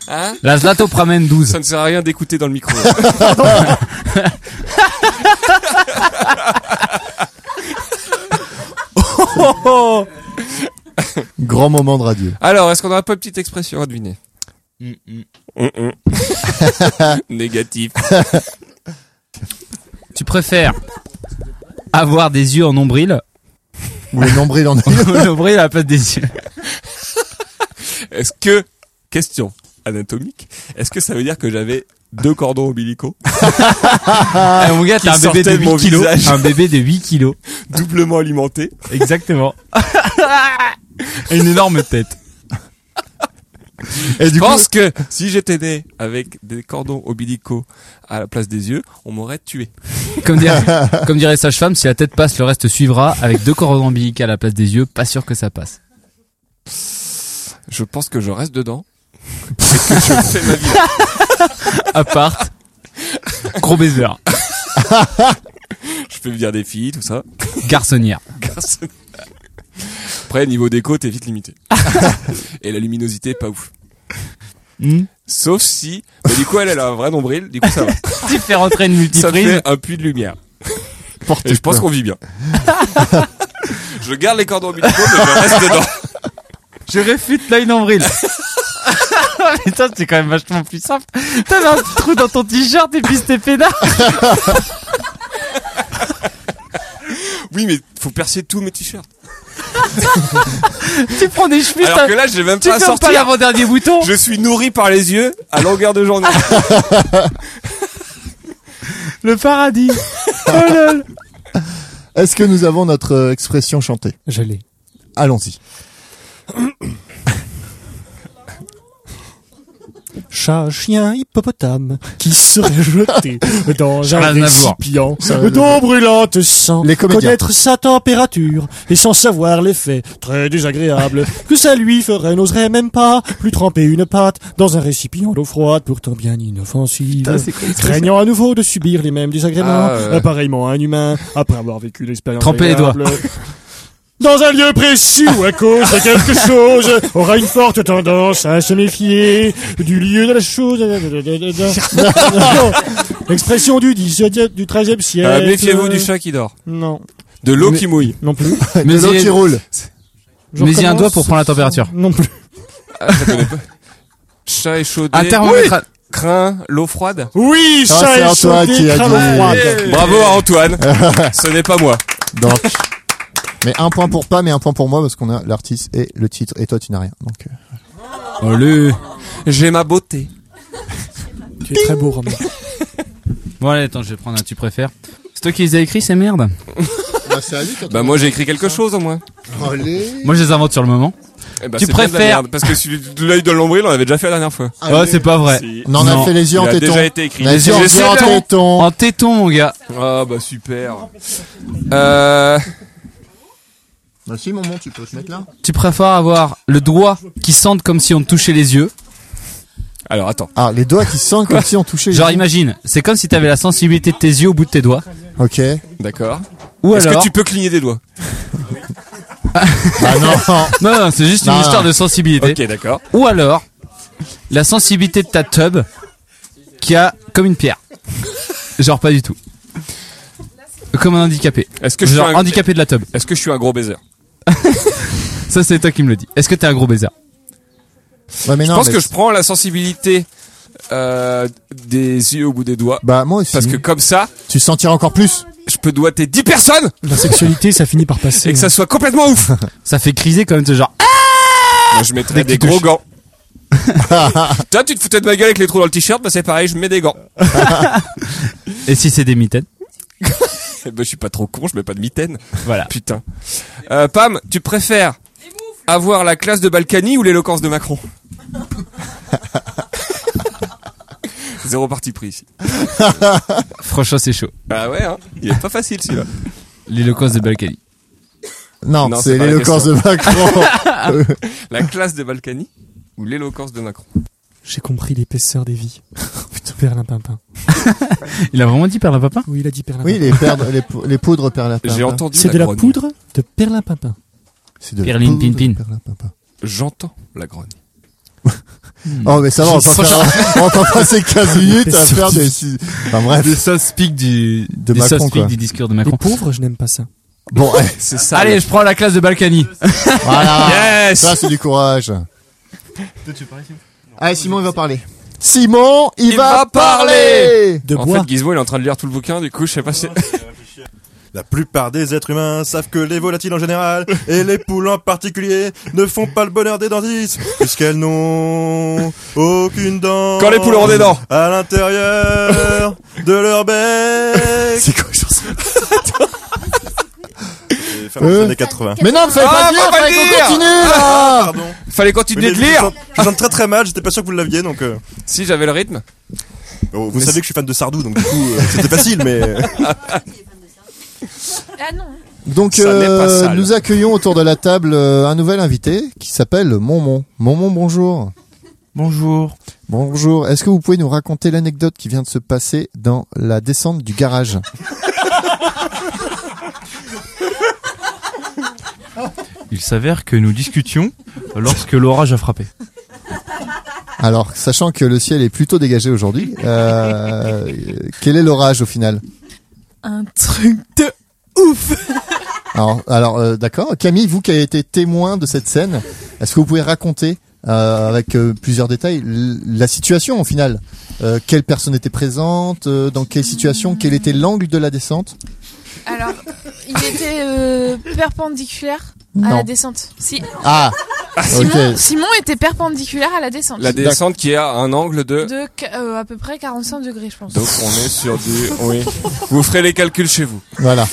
S2: Hein
S5: La Zlato Pramen 12.
S2: Ça ne sert à rien d'écouter dans le micro. [LAUGHS]
S4: grand moment de radio.
S2: Alors, est-ce qu'on aura pas une petite expression à deviner
S4: Mm,
S2: [LAUGHS] Mm-mm. Négatif.
S5: Tu préfères avoir des yeux en nombril [LAUGHS]
S4: ou un nombril en
S5: nombril à la place des yeux
S2: Est-ce que question anatomique Est-ce que ça veut dire que j'avais deux cordons ombilicaux [LAUGHS]
S4: Ah,
S5: Eh, Mon gars,
S2: Qui
S5: t'as un bébé de
S2: sortaient de mon
S5: 8 kilos.
S2: visage.
S5: Un bébé de 8 kilos.
S2: doublement alimentés
S4: [LAUGHS]
S5: Exactement. Et une énorme tête.
S4: Et
S2: Je
S4: du coup,
S2: pense que si j'étais né avec des cordons ombilicaux à la place des yeux, on m'aurait tué.
S5: Comme dirait,
S4: [LAUGHS]
S5: comme dirait sage-femme, si la tête passe, le reste suivra. Avec deux cordons ombilicales à la place des yeux, pas sûr que ça passe.
S2: Je pense que je reste dedans. Et que je fais ma vie.
S4: [LAUGHS]
S5: À part, gros baiser,
S2: Je peux me dire des filles, tout ça.
S5: garçonnière.
S2: Garçon. Après, niveau déco, t'es vite
S5: [LAUGHS]
S2: limité. Et la luminosité, pas ouf.
S5: Hmm
S2: Sauf si, mais du coup, elle, elle a un vrai nombril, du coup, [LAUGHS] ça va.
S5: Tu fais rentrer une
S2: Ça
S5: multiprise.
S2: fait un puits de lumière.
S4: porte
S2: Et je pense qu'on vit [LAUGHS] bien. je garde les cordons ombilicaux, mais je reste dedans.
S5: Je réfute l'œil nombril. [LAUGHS] Putain, c'est quand même vachement plus simple. T'as un petit trou dans ton t-shirt et puis c'était pédale.
S2: [LAUGHS] Oui, mais faut percer tous mes t-shirts.
S5: Tu prends des chemises,
S2: Alors que là, j'ai même
S5: tu
S2: pas à
S5: fermes
S2: sortir.
S5: pas l'avant-dernier bouton.
S2: Je suis nourri par les yeux à longueur de
S5: Ah,
S2: journée.
S5: Le paradis. Oh lol.
S4: Est-ce que nous avons notre euh, expression chantée
S10: J'allais.
S4: Allons-y.
S10: Chat, chien, hippopotame, qui serait jeté dans un
S5: Charles Aznavour.
S10: récipient d'eau brûlante sans
S4: Les comédiens.
S10: connaître sa température et sans savoir l'effet très désagréable que ça lui ferait, n'oserait même pas plus tremper une pâte dans un récipient d'eau froide pourtant bien inoffensive, craignant à nouveau de subir les mêmes désagréments,
S2: Ah, ouais.
S10: appareillement un humain, après avoir vécu l'expérience
S5: Tremper les doigts.
S10: agréable. [LAUGHS] dans un lieu précis ou à cause de quelque chose aura une forte tendance à se méfier du lieu de la chose. [LAUGHS] Expression du 17e, du 13e siècle.
S2: Euh, Méfiez-vous du chat qui dort.
S10: Non,
S2: De l'eau qui mouille.
S10: non plus.
S5: Mais
S4: De l'eau
S5: il-
S4: qui roule.
S10: Je
S5: Mais il y a un
S10: recommence.
S5: doigt pour prendre la température.
S10: Non plus.
S2: Chat échaudé.
S5: Un thermomètre. à-
S2: Craint l'eau froide.
S10: Oui,
S4: Ah, c'est
S10: ça est
S4: Antoine
S10: chaudé,
S4: qui a dit-
S10: cravate froide.
S2: Bravo à [LAUGHS] Antoine. Ce n'est pas moi.
S4: Donc. [LAUGHS] Mais un point pour pas, mais un point pour moi parce qu'on a l'artiste et le titre et toi tu n'as rien. Donc euh,
S5: Allez.
S2: J'ai ma beauté.
S10: Tu es très beau, Romain.
S5: Bon, allez, attends, je vais prendre un tu préfères. C'est toi qui les as écrits, ces merdes
S2: Bah moi j'ai écrit quelque chose au moins.
S5: Moi, je les invente sur le moment.
S2: Eh bah,
S5: Tu
S2: c'est bien de la
S5: préfères-
S2: merde, Parce que celui de l'œil de l'ombril on l'avait déjà fait la dernière fois.
S5: oh, c'est pas vrai.
S2: Si.
S4: non, on a
S5: Non.
S4: fait les yeux
S2: Il
S4: en
S2: a
S4: téton.
S2: déjà été écrit.
S4: Les yeux en-
S2: Je sais
S4: en
S2: bien.
S4: téton.
S5: En téton, mon gars.
S2: Ah bah super. Euh,
S4: Bah si maman, tu peux te mettre là.
S5: Tu préfères avoir le doigt qui sente comme si on te touchait les yeux.
S2: Alors attends.
S4: Ah, les doigts qui sentent comme si on touchait. les
S5: Genre,
S4: yeux.
S5: imagine, c'est comme si t'avais la sensibilité de tes yeux au bout de tes doigts.
S4: Ok.
S2: D'accord.
S5: Ou
S2: Est-ce
S5: alors.
S2: que tu peux cligner des doigts
S4: Bah
S2: [LAUGHS]
S4: non.
S5: Non, non, c'est juste une
S4: Non,
S5: histoire
S4: non.
S5: de sensibilité.
S2: Ok d'accord.
S5: Ou alors, la sensibilité de ta tub qui a comme une pierre. Genre, pas du tout. Comme un handicapé.
S2: Est-ce que je suis
S5: Genre,
S2: un-
S5: handicapé de la tub.
S2: Est-ce que je suis un gros baiser
S5: Ça, c'est toi qui me le dis. Est-ce que t'es un gros baiser
S4: Ouais, mais
S2: Je
S4: non.
S2: pense
S4: mais-
S2: que je prends la sensibilité euh, des yeux au bout des doigts.
S4: Bah moi aussi.
S2: Parce que comme ça,
S4: tu sentiras encore plus.
S2: je peux doigter 10 personnes
S10: La sexualité, ça finit par passer.
S2: et que ça soit complètement
S5: [LAUGHS]
S2: ouf.
S5: Ça fait criser quand même, ce genre. ah,
S2: Moi, je mettrais des gros gants. Toi, tu te foutais de ma gueule avec les trous dans le t-shirt, bah c'est pareil, je mets des gants.
S5: Et si c'est des mitaines
S2: Eh ben, je suis pas trop con, je mets pas de mitaine.
S5: Voilà.
S2: Putain. Euh, Pam, tu préfères avoir la classe de Balkany ou l'éloquence de Macron [LAUGHS] Zéro parti pris ici.
S5: Franchement, c'est chaud.
S2: Bah ouais, hein. Il est pas facile celui-là.
S5: L'éloquence de Balkany.
S4: Non,
S2: Non, c'est
S4: c'est
S2: pas la
S4: l'éloquence de
S2: [LAUGHS]
S4: Macron.
S2: La classe de Balkany ou l'éloquence de Macron
S10: hein. J'ai compris l'épaisseur des vies. [LAUGHS] Putain, Perlin Pimpin.
S5: Il a vraiment dit par la papa
S10: Oui, il a dit Perlin
S4: oui, les, perdre, les, pou- les poudres perlapin.
S2: J'ai entendu
S10: C'est de la
S2: grogne.
S10: poudre de Perlin Pimpin.
S4: hein. C'est de
S5: Perline, pin, pin.
S4: perlimpinpin.
S2: J'entends la grogne.
S5: Hmm.
S4: Oh mais ça va, on va
S2: [LAUGHS]
S4: pas faire- on va pas passer 15 minutes à
S10: Sur
S4: faire
S10: du-
S4: des... Enfin bref.
S5: Des soft speak du,
S4: De
S5: des
S4: Macron,
S5: soft speak
S4: quoi.
S5: du discours de
S10: Les
S5: Macron.
S10: pauvres, je n'aime pas ça.
S4: Bon, eh.
S2: Ah,
S5: c'est ça. Allez, je prends la classe de Balkany.
S4: Voilà. Ça, c'est du courage. Allez, Simon, il va parler. Simon, il, va, parler
S2: De en fait, Gizmo, il est en train de lire tout le bouquin, du coup, je sais pas si.
S8: La plupart des êtres humains savent que les volatiles en général et les poules en particulier ne font pas le bonheur des dentistes puisqu'elles n'ont aucune dent.
S2: Quand les poules auront des dents.
S8: À l'intérieur de leur bec.
S4: C'est quoi, chanson
S8: Et Fin des années 80.
S4: Mais non, fallait
S2: Ah,
S4: pas dire,
S2: faut pas
S4: fallait
S2: le dire. Ah!
S4: qu'on continue, là
S8: Pardon.
S2: [LAUGHS] Fallait continuer
S8: Oui,
S2: de
S8: mais je
S2: lire.
S8: chante- Je chante très très mal, j'étais pas sûr que vous l'aviez donc. euh,
S2: Si j'avais le rythme.
S8: oh, vous savez que je suis fan de Sardou donc du coup euh, c'était facile mais.
S6: Ah non.
S4: Donc
S2: Ça n'est pas
S4: euh,
S2: sale.
S4: nous accueillons autour de la table euh, un nouvel invité qui s'appelle Momon. Momon, bonjour.
S15: Bonjour.
S4: Bonjour. Est-ce que vous pouvez nous raconter l'anecdote qui vient de se passer dans la descente du garage
S16: Il s'avère que nous discutions lorsque l'orage a frappé.
S4: Alors, sachant que le ciel est plutôt dégagé aujourd'hui, euh, euh, quel est l'orage au final
S6: Un truc de ouf.
S4: Alors, alors euh, d'accord. Camille, vous qui avez été témoin de cette scène, est-ce que vous pouvez raconter euh, avec euh, plusieurs détails l- la situation au final Euh, Quelle personne était présente euh, Dans quelle situation Quel était l'angle de la descente
S6: Alors, il était euh, perpendiculaire à
S4: Non.
S6: la descente. Si,
S4: Ah,
S6: Simon,
S4: ok.
S6: Simon était perpendiculaire à la descente.
S2: La descente qui est à un angle de.
S6: de ca- euh, à peu près 45 degrés, je pense.
S2: Donc on est sur du. Oui. Vous ferez les calculs chez vous.
S4: Voilà.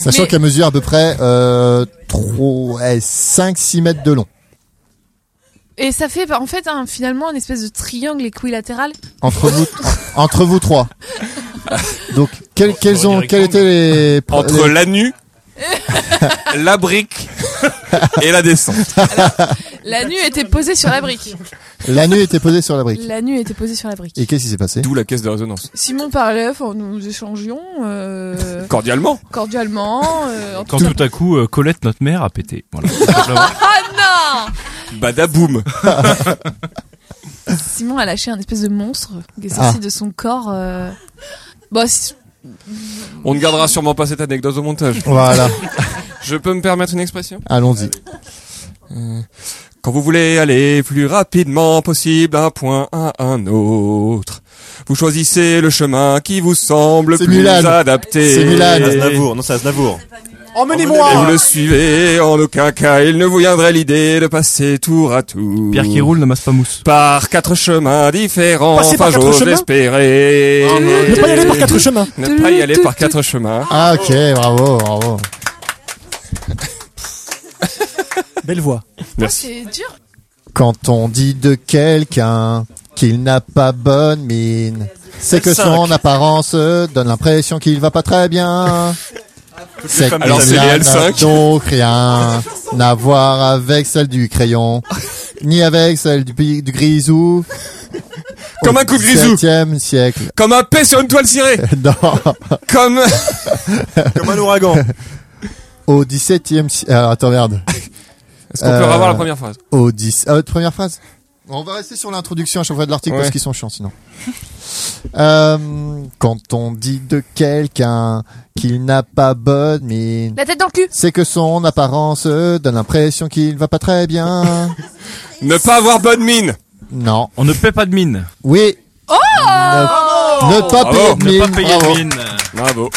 S4: Sachant
S6: Mais-
S4: qu'elle mesure à peu près euh, 5-6 mètres de long.
S6: Et ça fait bah, en fait un, finalement un espèce de triangle équilatéral.
S4: Entre vous, en- entre vous trois. Donc, quels, quels ont, quels étaient les...
S2: Entre
S4: les-
S2: la nue, [LAUGHS] la brique [LAUGHS] et la descente.
S6: La nuit était posée sur la brique.
S4: La nuit était posée sur la brique.
S6: La nuit était posée sur la brique.
S4: Et qu'est-ce qui s'est passé
S2: D'où la caisse de résonance.
S6: Simon parlait, enfin, nous échangions euh,
S2: Cordialement.
S6: cordialement. euh, en
S16: Quand
S6: tout-
S16: tout à coup, euh, Colette, notre mère, a pété. Voilà. Tout simplement.
S6: Ah
S2: Badaboum.
S6: non Simon a lâché un espèce de monstre qui est sorti de son corps. euh, Bah, si-
S2: On ne gardera sûrement pas cette anecdote au montage.
S4: Voilà,
S2: Je peux me permettre une expression
S4: allons-y.
S2: Quand vous voulez aller plus rapidement possible d'un point à un autre, vous choisissez le chemin qui vous semble
S4: C'est
S2: plus
S4: Mulan.
S2: adapté.
S4: C'est Mulan.
S8: euh, Aznavour, non c'est Aznavour.
S2: Et vous
S10: Emmenez-moi
S2: le suivez, en aucun cas il ne vous viendrait l'idée de passer tour à tour.
S16: Pierre qui roule ne masse pas mousse.
S2: Par quatre chemins différents,
S10: Passer par
S2: enfin
S10: quatre
S2: j'ose
S10: chemins Oh
S2: espérer.
S10: Ne pas y aller par quatre chemins
S2: Ne pas y aller par quatre chemins.
S4: Ah, ok, bravo, bravo.
S10: Belle voix.
S2: Merci.
S6: c'est dur.
S4: Quand on dit de quelqu'un qu'il n'a pas bonne mine, c'est que son apparence donne l'impression qu'il va pas très bien. C'est
S8: femmes
S4: que
S2: Alors, c'est
S4: cela
S2: les
S4: n'a
S2: L5.
S4: [LAUGHS] donc rien à voir avec celle du crayon, ni avec celle du, pi- du grisou.
S2: Comme un coup de grisou.
S4: 7 siècle. [LAUGHS]
S2: Comme un paix sur une toile cirée.
S4: Non.
S2: Comme...
S8: Comme
S2: [LAUGHS]
S8: un ouragan.
S4: Au 17e siècle. attends, merde.
S2: Est-ce qu'on peut
S4: Euh,
S2: revoir la première phrase
S4: Au 10. Ah, votre première phrase On va rester sur l'introduction à chaque fois de l'article
S2: Ouais.
S4: parce qu'ils sont chiants sinon. Euh, quand on dit de quelqu'un qu'il n'a pas bonne mine,
S6: La tête dans le cul.
S4: c'est que son apparence donne l'impression qu'il va pas très bien.
S2: Ne pas avoir bonne mine.
S4: non.
S16: On ne paie pas de mine.
S4: Oui. ne, ne pas
S2: Bravo.
S4: payer
S5: Oh,
S4: de
S16: Ne
S4: mine.
S16: pas payer
S4: Bravo.
S16: de mine.
S2: Bravo.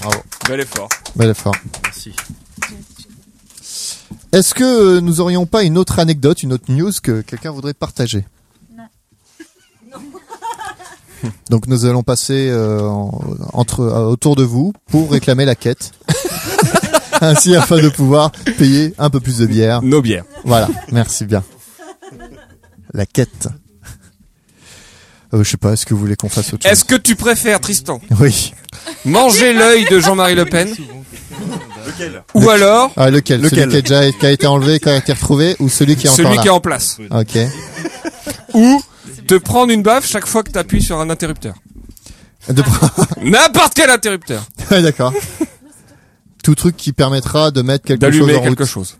S4: Bravo.
S2: Bel effort.
S4: Bel effort.
S16: Merci.
S4: Est-ce que euh, nous aurions pas une autre anecdote, une autre news que quelqu'un voudrait partager Non. Donc nous allons passer euh, en- entre, euh, autour de vous pour réclamer la quête. Ainsi, afin de pouvoir payer un peu plus de bière.
S2: Nos bières.
S4: Voilà, merci bien. La quête. Euh, je sais pas, est-ce que vous voulez qu'on fasse autre
S2: Est-ce
S4: chose
S2: que tu préfères, Tristan,
S4: Oui.
S2: manger l'œil de Jean-Marie Le Pen Ou alors
S4: Ah, lequel,
S8: Lequel
S4: Celui qui a, déjà, qui a été enlevé, qui a été retrouvé, ou celui qui est
S2: celui
S4: encore
S2: qui est
S4: là
S2: en place
S4: Ok.
S2: Ou te prendre une baffe chaque fois que t'appuies sur un interrupteur.
S4: De-
S2: N'importe quel interrupteur.
S4: [LAUGHS] Ouais, d'accord. Tout truc qui permettra de mettre quelque chose
S2: D'allumer
S4: en route.
S2: quelque chose.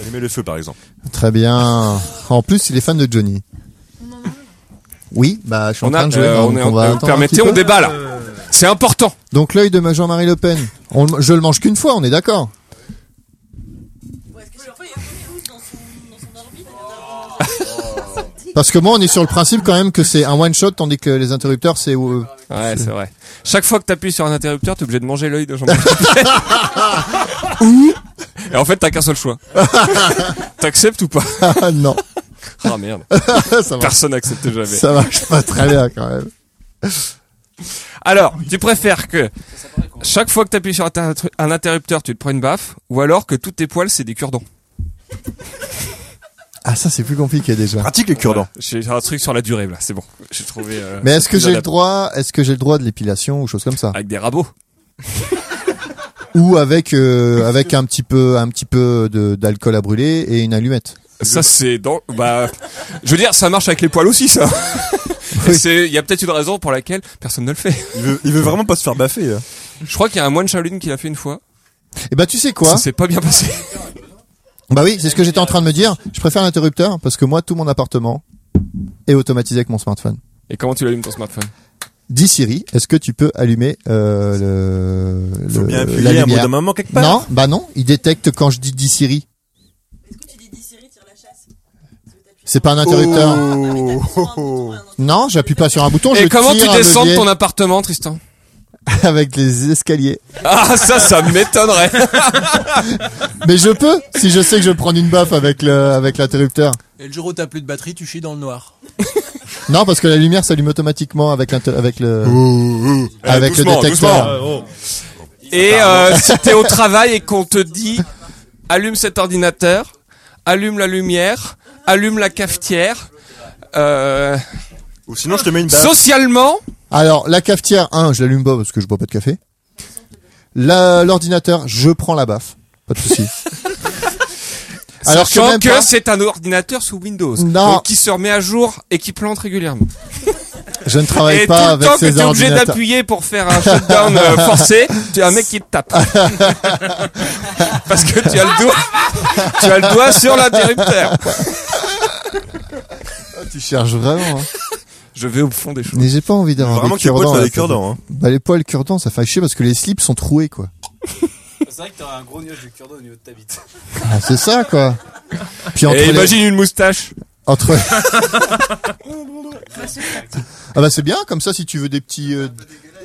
S8: Allumer le feu par exemple.
S4: Très bien. En plus, il est fan de Johnny. Oui, bah, je suis en
S2: On a,
S4: train de jouer.
S2: euh,
S4: donc
S2: on est,
S4: on va
S2: euh,
S4: attendre un
S2: permettez,
S4: petit
S2: on
S4: peu.
S2: débat là. C'est important.
S4: Donc l'œil de ma Jean-Marie Le Pen. On le- je le mange qu'une fois, on est d'accord. Parce que moi, on est sur le principe quand même que c'est un one shot, tandis que les interrupteurs, c'est. euh, [LAUGHS]
S2: Ouais, c'est vrai. Chaque fois que t'appuies sur un interrupteur, t'es obligé de manger l'œil de Jean-Marc.
S4: [LAUGHS]
S2: Et en fait, t'as qu'un seul
S4: [LAUGHS]
S2: choix. T'acceptes ou pas
S4: Ah, non.
S2: Ah [LAUGHS] merde.
S4: Ça marche.
S2: Personne n'accepte jamais.
S4: Ça marche pas très bien quand même.
S2: Alors, tu préfères que chaque fois que t'appuies sur un inter- un interrupteur, tu te prends une baffe, ou alors que tous tes poils, c'est des cure-dents
S4: Ah, ça, c'est plus compliqué déjà.
S8: Pratique les cure-dents.
S2: J'ai un truc sur la durée, là, c'est bon. J'ai trouvé... euh,
S4: Mais est-ce que
S2: plus
S4: j'ai le
S2: adapté.
S4: droit, est-ce que j'ai le droit de l'épilation ou choses comme ça
S8: Ah.
S2: Avec des rabots
S4: Ou avec euh, avec un petit peu un petit peu de- d'alcool à brûler et une allumette.
S2: Ça, c'est dans. Bah, je veux dire, ça marche avec les poils aussi,
S4: [LAUGHS]
S2: ça. Et c'est- Il y a peut-être une raison pour laquelle personne ne le fait.
S8: Il veut, il veut vraiment pas se faire baffer. hein. là.
S2: Je crois qu'il y a un moine Shaolin qui l'a fait une fois.
S4: Et bah tu sais quoi
S2: Ça s'est pas bien passé.
S4: Bah oui, c'est ce que j'étais en train de me dire. Je préfère l'interrupteur parce que moi tout mon appartement est automatisé avec mon smartphone.
S2: Et comment tu l'allumes ton smartphone
S4: Dis Siri, est-ce que tu peux allumer euh, le, le
S8: bien appuyer
S4: la
S8: à un
S4: lumière
S8: bout d'un moment quelque part.
S4: Non, bah non, il détecte quand je dis dis Siri. C'est pas un interrupteur.
S8: Oh.
S4: Non, j'appuie pas sur un bouton. Oh, je
S2: Et comment tu
S4: tire un
S2: descends de
S4: levier [LAUGHS]
S2: ton appartement, Tristan
S4: avec les escaliers.
S2: Ah, ça, ça m'étonnerait.
S4: Mais je peux si je sais que je vais prendre une baffe avec le avec l'interrupteur.
S15: [LAUGHS] Et le jour où t'as plus de batterie, tu chies dans le noir.
S4: Non, parce que la lumière s'allume automatiquement avec l'inter- avec le
S8: Euh,
S4: avec
S2: Doucement,
S4: le détecteur.
S2: doucement. Et euh, si t'es
S4: [LAUGHS]
S2: au travail et qu'on te dit allume cet ordinateur, allume la lumière, allume la cafetière. Euh...
S8: Ou sinon, je te
S4: Bah,
S8: mets une baffe.
S2: Socialement,
S4: Alors la cafetière, un, je l'allume pas parce que je bois pas de café. La- L'ordinateur, je prends la baffe, pas
S2: [LAUGHS]
S4: de souci. Alors que
S2: sachant
S4: même
S2: que,
S4: pas-
S2: c'est un ordinateur sous Windows,
S4: Non.
S2: donc qui se remet à jour et qui plante régulièrement.
S4: je ne travaille
S2: et
S4: pas
S2: tout le
S4: avec
S2: temps que
S4: ces
S2: t'es obligé
S4: ordinateurs.
S2: d'appuyer pour faire un shutdown
S4: [LAUGHS]
S2: euh, forcé, tu as un mec qui te tape. Parce que tu as le doigt, tu as le doigt sur l'interrupteur.
S4: Ah, Tu cherches vraiment. hein.
S2: Je vais au fond des choses.
S4: Mais j'ai pas envie d'avoir
S8: Vraiment
S4: des
S8: qu'il y ait
S4: cure-dents,
S8: poils, t'as
S4: là,
S8: des
S4: ça
S8: cure-dents,
S4: fait-
S8: hein.
S4: Bah les poils cure-dents, ça fait chier parce que les slips sont troués quoi.
S5: C'est vrai que t'aurais un gros nuage de cure au niveau de ta bite. [LAUGHS]
S4: Ah, c'est ça quoi. Puis entre
S2: Et
S4: les-
S2: imagine une moustache.
S4: entre Ah bah c'est bien comme ça si tu veux des petits euh,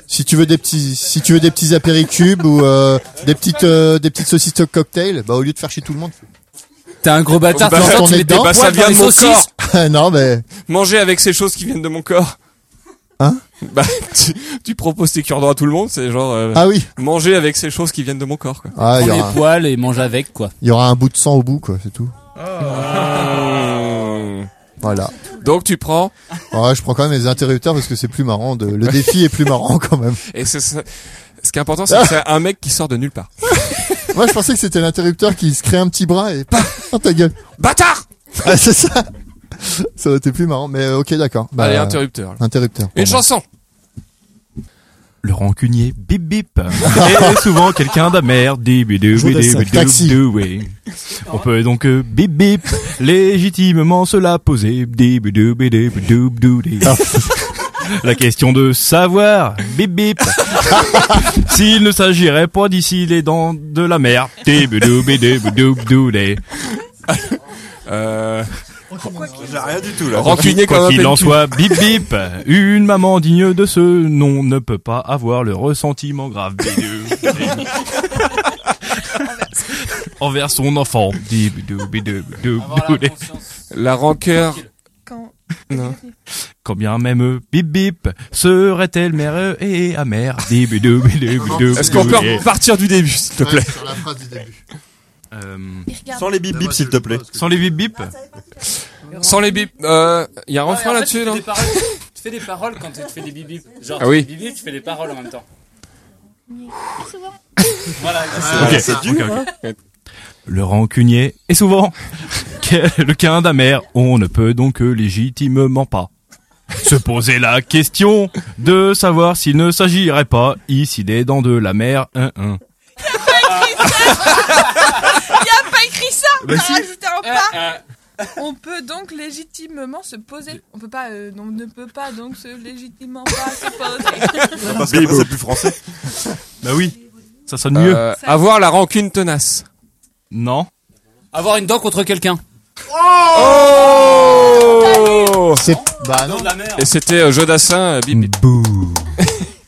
S4: si tu veux des petits si tu veux des petits apéricubes ou euh, des petites euh, des petites saucisses au cocktail, bah au lieu de faire chier tout le monde. [LAUGHS]
S5: T'es un gros bâtard,
S4: Bah,
S5: tu
S4: on
S5: sors, tu
S4: est
S5: mets tes
S4: dedans.
S5: poils
S2: Bah, ça
S5: dans
S2: vient
S5: les
S2: de mon corps.
S5: saucisses.
S4: non mais
S2: Manger avec ces choses qui viennent de mon corps.
S4: Hein
S2: [LAUGHS] Bah, tu, tu proposes tes cure-dents à tout le monde, c'est genre euh,
S4: ah oui,
S2: manger avec ces choses qui viennent de mon corps. Quoi.
S4: ah il y
S5: Prends
S4: aura
S5: les poils et mange avec, quoi.
S4: il y aura un bout de sang au bout quoi, c'est tout. Voilà.
S2: Donc tu prends
S4: Ouais, je prends quand même les interrupteurs parce que c'est plus marrant de... le défi est plus marrant quand même.
S2: et c'est ça- ce qui est important, c'est que c'est un mec qui sort de nulle part.
S4: Moi je pensais que c'était l'interrupteur qui se crée un petit bras et [LAUGHS] paf dans ta gueule.
S2: Bâtard
S4: Ah, c'est ça. Ça aurait été plus marrant, mais euh, ok, d'accord. Bah,
S2: Allez,
S4: euh,
S2: interrupteur. là.
S4: interrupteur.
S2: Une
S4: pour moi.
S2: chanson.
S16: Le rancunier, bip bip. Et souvent quelqu'un d'amère, dit bidou,
S10: Joe
S16: bidou,
S10: Dassin.
S16: bidou,
S4: Taxi.
S16: bidou, oui. On peut donc euh, bip bip, légitimement se la poser. Di bidou, bidou, bidou, bidou, di. La question de savoir, bip bip, s'il ne s'agirait pas d'ici les dents de la mer. Di bidou, bidou, bidou, bidou, di.
S2: Euh,
S8: J'ai rien du tout là.
S2: rancunier comme
S16: Quoi
S2: un
S16: qu'il en
S2: pellicule.
S16: soit, bip bip, une maman digne de ce nom ne peut pas avoir le ressentiment
S2: [LAUGHS]
S16: grave bidou, bidou. envers son enfant. Bidou, bidou, bidou, bidou, bidou.
S2: La rancœur.
S6: Quand...
S2: Non.
S16: Quand bien même bip bip serait-elle mère et amère. Bidou, bidou, bidou, bidou,
S2: Est-ce qu'on
S16: bidou.
S2: peut repartir du début, s'il te plaît
S4: Sur la phrase du début.
S16: Euh,
S6: Il regarde.
S8: Sans les bip bip s'il te plaît.
S16: sans les bip bip
S2: Ah. Sans les bips. Euh, y a un refrain là-dessus, non
S5: Tu fais des paroles quand tu fais des bibis. Genre,
S2: Ah tu oui. fais
S5: bibis, tu fais des paroles en même temps.
S16: Ok, ok, ok. Le rancunier est souvent [LAUGHS] que- le quin d'amère. On ne peut donc légitimement pas se poser la question de savoir s'il ne s'agirait pas ici des dents de la mer. Hein, hein.
S6: T'as pas écrit ça
S8: Bah
S6: T'as rajouté un pas
S5: Ah,
S6: On peut donc légitimement se poser. On peut pas, euh, on ne peut pas donc se légitimement pas se poser.
S8: Parce que c'est plus français.
S16: Bah oui. Ça sonne mieux.
S2: Euh, avoir la rancune tenace.
S16: Non.
S5: Avoir une dent contre quelqu'un.
S2: Oh
S4: C'est bah non.
S2: Et c'était euh, Jodassin. euh, bip, bip.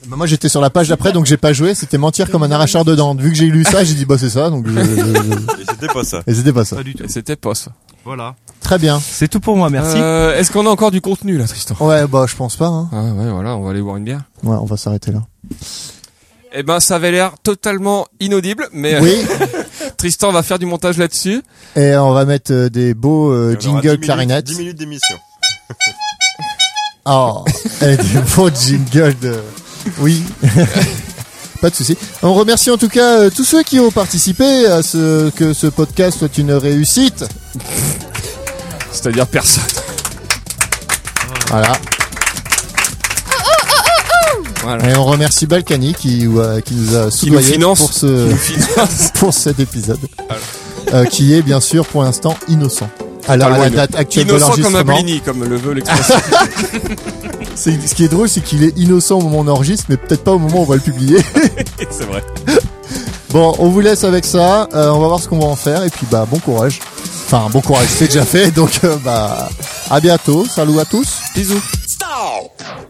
S4: Bah, moi j'étais sur la page d'après donc j'ai pas joué, c'était mentir comme un arracheur de dents. Vu que j'ai lu ça, j'ai dit bah c'est ça donc je- je- je-
S8: Et c'était pas ça.
S4: Et c'était pas ça.
S2: Et C'était pas ça. Voilà.
S4: Très bien.
S16: C'est tout pour moi,
S2: Ah, Euh.
S16: merci.
S2: Est-ce qu'on a encore du contenu là, Tristan
S4: Ouais, bah je pense pas hein.
S2: Ah ouais, voilà, on va aller boire une bière.
S4: Ouais, on va s'arrêter là.
S2: Eh ben, ça avait l'air totalement inaudible, mais
S4: Oui.
S2: Tristan va faire du montage là-dessus.
S4: Et on va mettre euh, des beaux euh,
S8: On aura 10
S4: jingle
S8: minutes-
S4: clarinette.
S8: 10 minutes d'émission.
S4: Oh, et
S8: [LAUGHS]
S4: des beaux jingles de... Oui. [LAUGHS] Pas de souci. On remercie en tout cas euh, tous ceux qui ont participé à ce que ce podcast soit une réussite.
S2: C'est-à-dire personne.
S4: Voilà.
S2: Voilà.
S4: Et on remercie Balkany qui, ou, euh, qui nous a
S2: nous
S4: soudoyé
S2: finance.
S4: pour ce
S2: [LAUGHS] Qui nous finance.
S4: pour cet épisode, Euh, qui est bien sûr pour l'instant innocent. Alors
S2: Pas
S4: à
S2: loin
S4: la
S2: de-
S4: date actuelle de
S2: Innocent comme
S4: l'enregistrement,
S2: Ablini, comme le veut l'expression.
S4: c'est- ce qui est drôle, c'est qu'il est innocent au moment où on enregistre, mais peut-être pas au moment où on va
S2: [LAUGHS]
S4: le publier.
S2: C'est vrai.
S4: Bon, on vous laisse avec ça. euh, on va voir ce qu'on va en faire. Et puis, bah, bon courage. Enfin, bon courage, c'est déjà fait. Donc, euh, bah, à bientôt. Salut à tous.
S2: Bisous.
S13: Stop